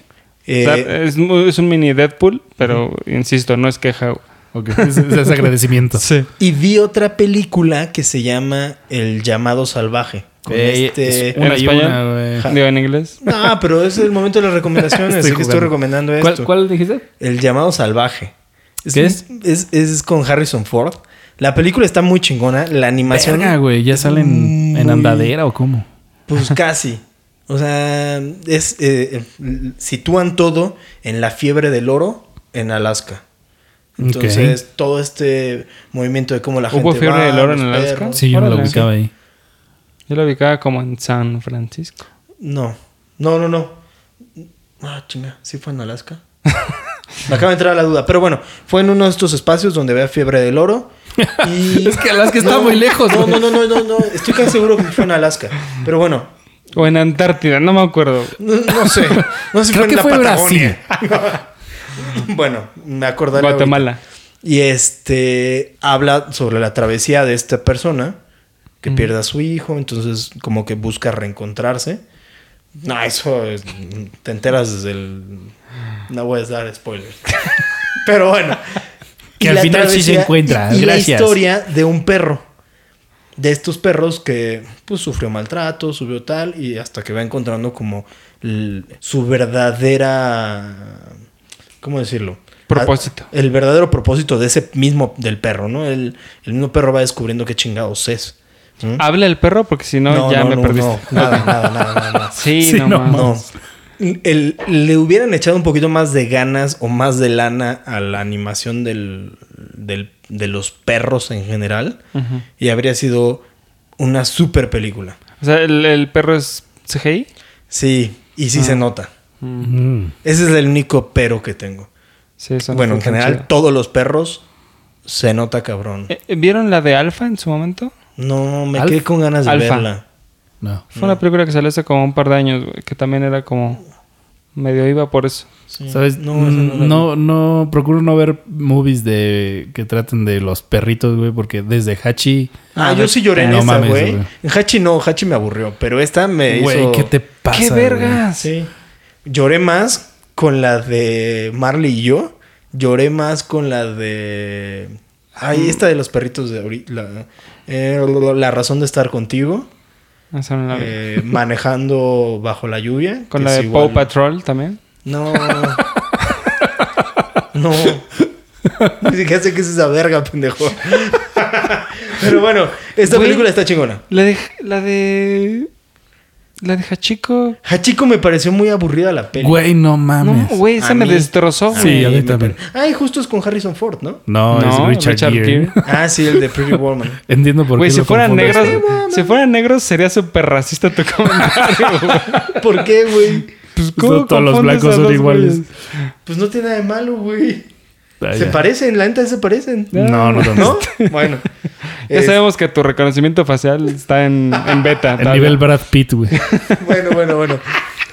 Eh, O sea, es, mu- es un mini Deadpool, pero insisto, no es queja. güey. Ok. Es, es agradecimiento. Y vi otra película que se llama El llamado salvaje. Con Ey, este... es una ¿En Eh, y español? una, güey. Digo en inglés. No, pero es el momento de las recomendaciones. Estoy así que estoy jugando. recomendando esto. ¿Cuál, cuál dijiste? El llamado salvaje. ¿Qué es? Es, es con Harrison Ford. La película está muy chingona. La animación, Verga, güey. ¿Ya salen en andadera o cómo? pues casi. O sea, es eh, eh, sitúan todo en la fiebre del oro en Alaska. Entonces, todo este movimiento de cómo la gente ¿Hubo fiebre va, del oro en los Alaska? perros. Sí, yo no lo Órale. ubicaba ahí. Yo lo ubicaba como en San Francisco. No. No, no, no. Ah, chinga. Sí fue en Alaska. Me acaba de entrar a la duda. Pero bueno, fue en uno de estos espacios donde había fiebre del oro. Y... Es que Alaska está muy lejos, No, no, güey. no, no, no, no. Estoy casi seguro que fue en Alaska. Pero bueno, O en Antártida, no me acuerdo. no, no sé. No sé si fue Creo que en la fue Patagonia. bueno, me acordaré. ahorita. Guatemala. Y este habla sobre la travesía de esta persona que pierde a su hijo, entonces como que busca reencontrarse. No, eso es- te enteras desde el... No voy a dar spoilers. Pero bueno. Que Y al la final sí se travesía- encuentra. Y, y Gracias. la historia de un perro. De estos perros que pues sufrió maltrato, subió tal, y hasta que va encontrando como l- su verdadera... ¿Cómo decirlo? Propósito. el verdadero propósito de ese mismo, del perro, ¿no? El, el mismo perro va descubriendo qué chingados es. ¿Mm? Habla el perro porque si Ah, no, ya me perdiste. no, nada, nada, nada, nada, nada. Sí, Sí, no, no mames. No. El- le hubieran echado un poquito más de ganas o más de lana a la animación del, del- de los perros en general Ujú. y habría sido una super película. O sea, el, el perro es CGI. Sí, y Ah. sí se nota. Mm. Ese es el único pero que tengo. Sí, eso no bueno, en fue tan general, chido. todos los perros se nota cabrón. Eh, eh, ¿Vieron la de Alpha en su momento? No, me Alf- quedé con ganas de Alfa. verla. No. Fue una película que salió hace como un par de años, güey, que también era como medio iba por eso. Sí. ¿Sabes? No, esa no la Mm, No, no, procuro no ver movies de que traten de los perritos, güey, porque desde Hachi. Ah, yo sí lloré en eh, No esa, mames, güey. güey. En Hachi no, Hachi me aburrió, pero esta me Güey, hizo... ¿qué te pasa? ¡Qué güey? vergas! Sí. Lloré más con la de Marley y yo. Lloré más con la de. Ay, esta de los perritos de ahorita. La, eh, la razón de estar contigo. Esa no la vi. eh, manejando bajo la lluvia. Con que la es de igual- Paw Patrol también. No. no. Ni siquiera sé qué es esa verga, pendejo. Pero bueno, esta Güey. película está chingona. La de. La de. La de Hachiko. Hachiko me pareció muy aburrida la peli. Güey, no No, mames. No, güey, esa A me mí- destrozó, güey. Sí, a mí me también. pare- Ay, justo es con Harrison Ford, ¿no? es Richard, Gere. Ah, sí, el de Pretty Woman. Entiendo por Güey, qué. si lo fueran confundes. negros, si fueran negros sería súper racista tu comentario. güey. ¿Por qué, güey? Pues, No todos los confundes blancos a son los iguales. güeyes? Pues no tiene nada de malo, güey. Ah, se ya. parecen, la neta se parecen. No, no, no. ¿No? bueno. Ya Es- sabemos que tu reconocimiento facial está en, en beta. El tal. nivel Brad Pitt, güey. Bueno, bueno, bueno.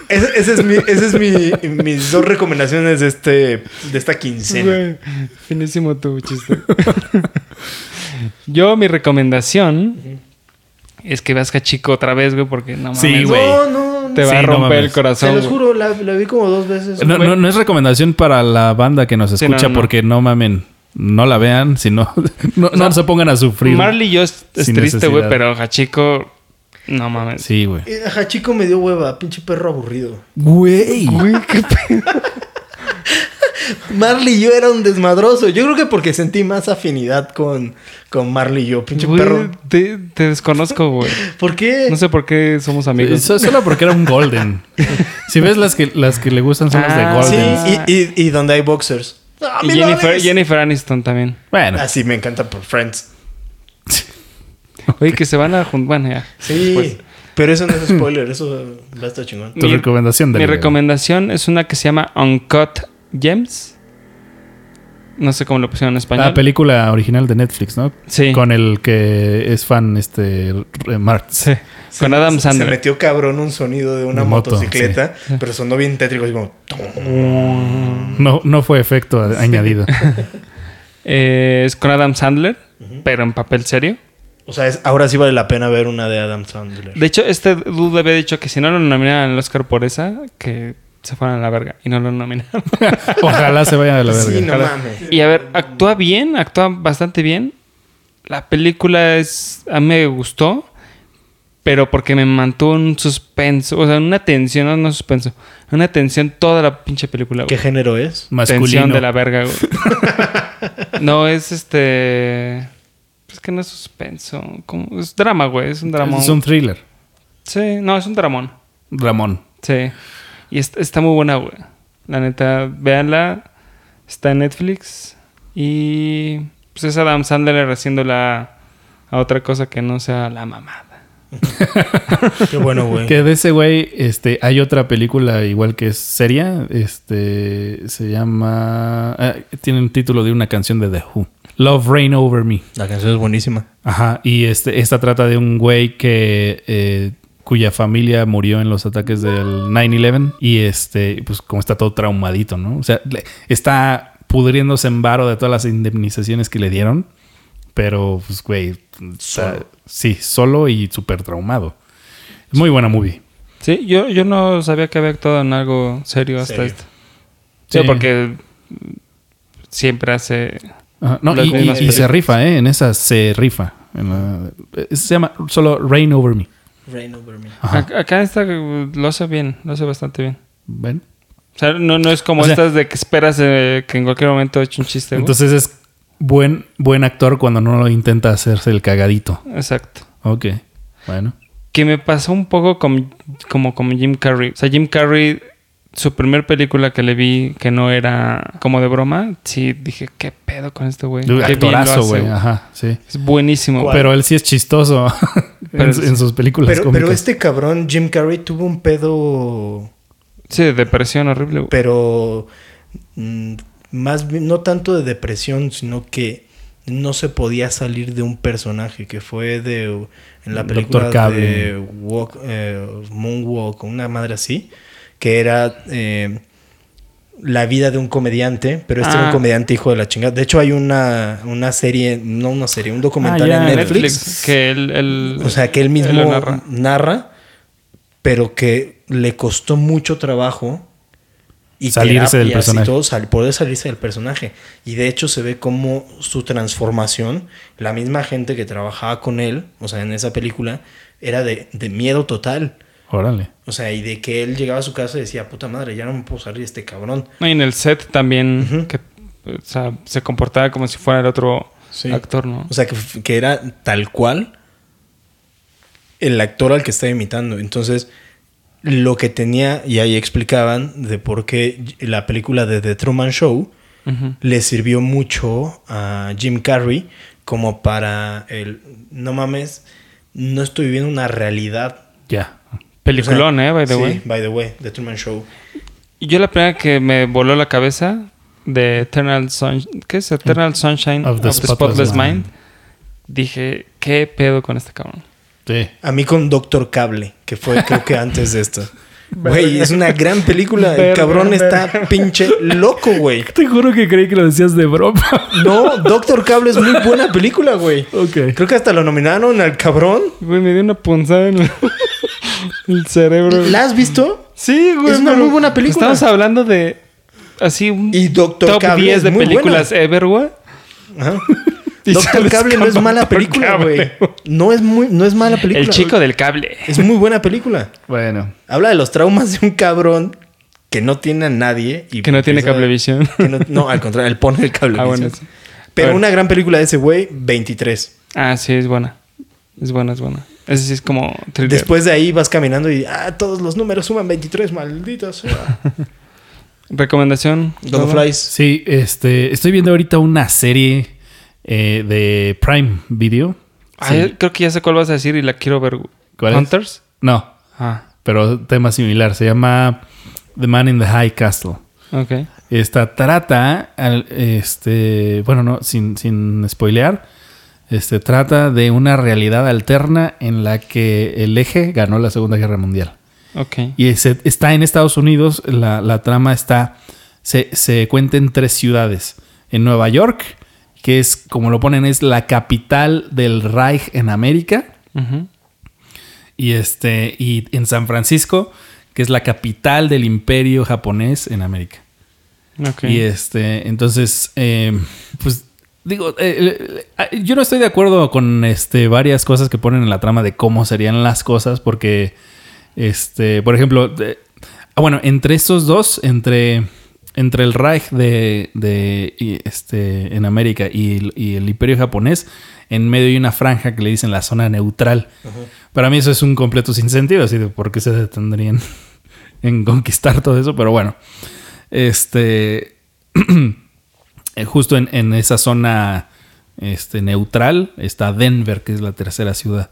Ese, ese es mi, ese es mi, mis dos recomendaciones de, este, de esta quincena. Güey, finísimo tu chiste. Yo, mi recomendación es que veas Hachiko otra vez, güey, porque no mames. Sí, güey. No, no, no. Te va Sí, a no romper mames. el corazón. Se los güey. juro, la, la vi como dos veces. No, no, no es recomendación para la banda que nos Sí, escucha no, no. porque no mamen, no la vean, sino no, no se pongan a sufrir. Marley y yo es, es Sin triste, güey, necesidad. pero Hachiko, no mames. Sí, güey. Eh, Hachiko me dio hueva, pinche perro aburrido. Güey. Marley y yo era un desmadroso. Yo creo que porque sentí más afinidad con, con Marley y yo, pinche Güey, perro. Te, te desconozco, güey. ¿Por qué? No sé por qué somos amigos. So- Solo porque era un golden. si ves las que las que le gustan son las de Ah, sí, golden. Ah. y, y- y donde hay boxers. ¡Ah, Y mi Jennifer, Lolis! Jennifer Aniston también. Bueno, Ah, sí, me encanta por Friends. Oye, que se van a juntar. Bueno, ya. Sí. Pues, pero eso no es spoiler, eso va a estar chingón. tu mi- recomendación de Mi recomendación es una que se llama Uncut Gems. No sé cómo lo pusieron en español. la película original de Netflix, ¿no? Sí. Ah, Con el que es fan este R- Marx. Sí. Con Adam Se- Se Sandler. metió cabrón un sonido de una De moto, motocicleta, pero sonó bien tétrico, así como. tum. No no fue efecto a- añadido. Eh, es con Adam Sandler, pero en papel serio. O sea, es- ahora sí vale la pena ver una de Adam Sandler. De hecho, este dude había dicho que si no lo nominaran al Oscar por esa, que se fueran a la verga. Y no lo nominaron. Ojalá se vayan a la verga. sí, no Ojalá. mames. Y a ver, actúa bien, actúa bastante bien. La película es. A mí me gustó, pero porque me mantuvo un suspenso, o sea, una tensión, no, no suspenso, una tensión toda la pinche película. ¿Qué Güey. género es? Masculino. Tensión de la verga, güey. no, es este. Es que no es suspenso. como- Es drama, güey. Es un drama. Es un thriller. Sí, no, es un dramón. Ramón. Sí. Y est- está muy buena, güey. La neta, véanla. Está en Netflix. Y pues es Adam Sandler haciéndola a otra cosa que no sea la mamada. Qué bueno, güey. Que de ese güey, este, hay otra película igual que es seria, este, se llama, ah, tiene un título de una canción de The Who, Love Rain Over Me. La canción es buenísima. Ajá, y este, esta trata de un güey que, eh, cuya familia murió en los ataques del 9-11 y este, pues como está todo traumadito, ¿no? O sea, le- está pudriéndose en varo de todas las indemnizaciones que le dieron, pero pues güey, está- sí, solo y súper traumado. Es muy buena movie. Sí, yo, yo no sabía que había actuado en algo serio hasta Serio. esto. Sí, Sí. porque siempre hace... Ajá, No, Las y, y- mismas y se películas. rifa, ¿eh? En esa se rifa. En la- eh, se llama solo Rain Over Me. Rain Over Me. Ajá. Ac- Acá está, lo hace bien, lo hace bastante bien. Ven. O sea, no, no es como O sea- estas de que esperas eh, que en cualquier momento eche un chiste. güey. Entonces es buen, buen actor cuando no lo intenta hacerse el cagadito. Exacto. Ok. Bueno. que me pasó un poco con- como con Jim Carrey. O sea, Jim Carrey, su primer película que le vi que no era como de broma, sí dije, ¿qué pedo con este güey? Qué bien lo hace, Actorazo, güey. Ajá, sí. Es buenísimo. güey. Pero él sí es chistoso en, Pero sí. en sus películas Pero, pero cómicas. este cabrón, Jim Carrey, tuvo un pedo. Sí, de depresión horrible. güey. Pero. mm, Más bien, no tanto de depresión, sino que no se podía salir de un personaje que fue de. En la Dr. película Cable. de Walk, eh, Moonwalk, una madre así, que era. eh, la vida de un comediante, pero este era Ah. un comediante hijo de la chingada. De hecho, hay una, una serie, no una serie, un documental ya, en en Netflix, Ah, Netflix, que él, él- O sea, que él mismo lo narra. narra. pero que le costó mucho trabajo Salirse del terapias personaje. Y todo, sal- poder salirse del personaje. Y de hecho se ve como su transformación, la misma gente que trabajaba con él, o sea, en esa película, era de, de miedo total. Órale. O sea, y de que él llegaba a su casa y decía, puta madre, ya no me puedo salir de este cabrón. No, y en el set también, que o sea, se comportaba como si fuera el otro Sí. actor, ¿no? O sea, que, f- que era tal cual el actor al que estaba imitando. Entonces, lo que tenía, y ahí explicaban de por qué la película de The Truman Show Ujú. le sirvió mucho a Jim Carrey como para el, no mames, no estoy viviendo una realidad. Ya. Peliculón, ¿eh? By the Sí, way. by the way, The Truman Show. Y Yo la primera que me voló la cabeza de Eternal Sunshine, ¿qué es? Eternal Sunshine of the, Spotless, Mind. Dije, ¿qué pedo con este cabrón? Sí. A mí con Doctor Cable, que fue creo que antes de esto. Güey, es una gran película. El Verga, cabrón verga. está pinche loco, güey. Te juro que creí que lo decías de broma. No, Doctor Cable es muy buena película, güey. ok. Creo que hasta lo nominaron al cabrón. Güey, me dio una punzada en el, el cerebro. ¿La has visto? Sí, güey. Es una pero muy buena película. Estamos hablando de. Así un Y Doctor top Cable 10 es de muy películas ever, güey. Ajá. Y Doctor sales Cable no con es mala Dr. película, Cable. güey. No es muy, no es mala película. El chico del cable. güey. Es muy buena película. Bueno. Habla de los traumas de un cabrón que no tiene a nadie. Y Que no tiene empieza- cablevisión. que no, no, al contrario, él pone el cablevisión. Ah, bueno, sí. A Pero ver. una gran película de ese güey, 23. Ah, sí, es buena. Es buena, es buena. Ese sí es como thriller. Después de ahí vas caminando y ah, todos los números suman 23, malditos. sea. Recomendación. Don Rodo. Flies. Sí, este, estoy viendo ahorita una serie eh, de Prime Video. Ah, Sí. yo creo que ya sé cuál vas a decir y la quiero ver. güey. ¿Cuál es? ¿Hunters? No, Ah, pero tema similar. Se llama The Man in the High Castle. ok. Esta trata, al- este, bueno, no, sin, sin spoilear, este, trata de una realidad alterna en la que el eje ganó la Segunda Guerra Mundial. Ok. Y ese- está en Estados Unidos, la, la trama está, se, se cuenta en tres ciudades. En Nueva York, que es, como lo ponen, es la capital del Reich en América. Ujú. Y, este, y en San Francisco, que es la capital del imperio japonés en América. Ok. Y este, entonces, eh, pues digo, eh, eh, yo no estoy de acuerdo con este, varias cosas que ponen en la trama de cómo serían las cosas, porque, este, por ejemplo, de- ah, bueno, entre estos dos, entre, entre el Reich de, de y, este, en América y, el- y el Imperio japonés, en medio hay una franja que le dicen la zona neutral. Para mí eso es un completo sinsentido, así de por qué se detendrían en conquistar todo eso, pero bueno. Este. eh, justo en, en esa zona este, neutral está Denver, que es la tercera ciudad.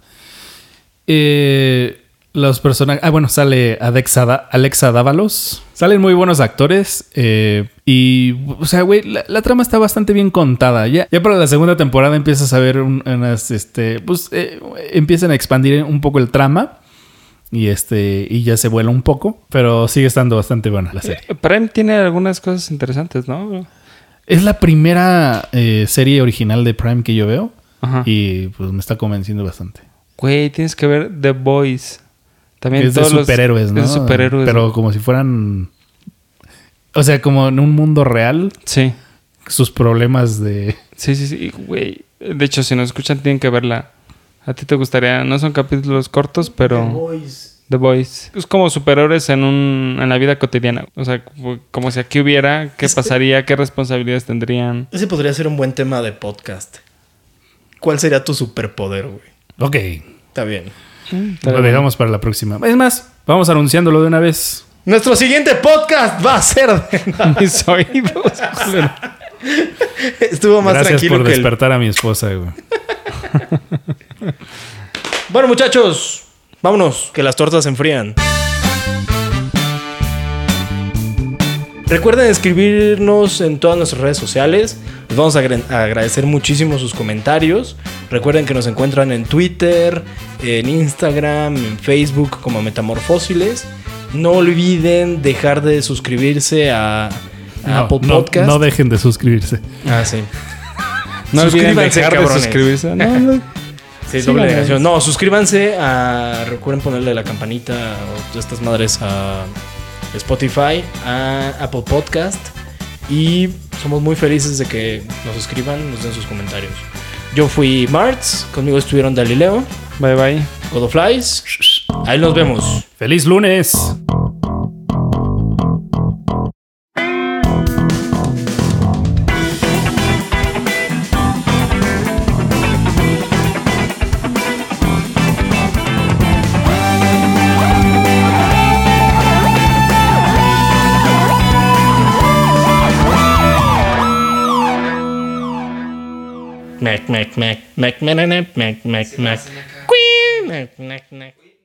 Eh, los personajes. Ah, bueno, sale Alexa, Da- Alexa Dávalos. Salen muy buenos actores. eh, y, o sea, güey, la, la trama está bastante bien contada. Ya, ya para la segunda temporada empiezas a ver un- unas. Este, pues eh, empiezan a expandir un poco el trama. Y este, y ya se vuela un poco, pero sigue estando bastante buena la serie. Eh, Prime tiene algunas cosas interesantes, ¿no? Es la primera eh, serie original de Prime que yo veo Ajá. y pues me está convenciendo bastante. Güey, tienes que ver The Boys. También es de todos los- superhéroes, ¿no? Es de superhéroes. Pero como si fueran. O sea, como en un mundo real, Sí. sus problemas de. Sí, sí, sí, güey. De hecho, si nos escuchan, tienen que verla. A ti te gustaría, no son capítulos cortos, pero The Voice. Es como superhéroes en, un, en la vida cotidiana. O sea, cu- como si aquí hubiera, ¿qué pasaría? ¿Qué responsabilidades tendrían? Ese podría ser un buen tema de podcast. ¿Cuál sería tu superpoder, güey? Ok, Está bien. lo dejamos para la próxima. Es más, vamos anunciándolo de una vez. Nuestro siguiente podcast va a ser. Mis oídos. culero. Estuvo más Gracias tranquilo por que el- despertar a mi esposa, güey. Bueno, muchachos, vámonos, que las tortas se enfrían. Recuerden escribirnos en todas nuestras redes sociales. Les vamos a agre- a agradecer muchísimo sus comentarios. Recuerden que nos encuentran en Twitter, en Instagram, en Facebook como Metamorfósiles. No olviden dejar de suscribirse a, a No, Apple no- Podcast. no dejen de suscribirse. Ah, sí. No olviden Suscríbanse, dejar de cabrones. suscribirse. No, no. Sí, Síganos. doble negación. No, suscríbanse a. Recuerden ponerle la campanita o de estas madres a Spotify, a Apple Podcast. Y somos muy felices de que nos escriban, nos den sus comentarios. Yo fui Martz, conmigo estuvieron Galileo, Bye, bye. Godoflies. Ahí nos vemos. ¡Feliz lunes! Mac, Mac, Mac, Mac, Mac, Mac, Mac, Mac, Mac. Cuí, Mac, Mac, Mac.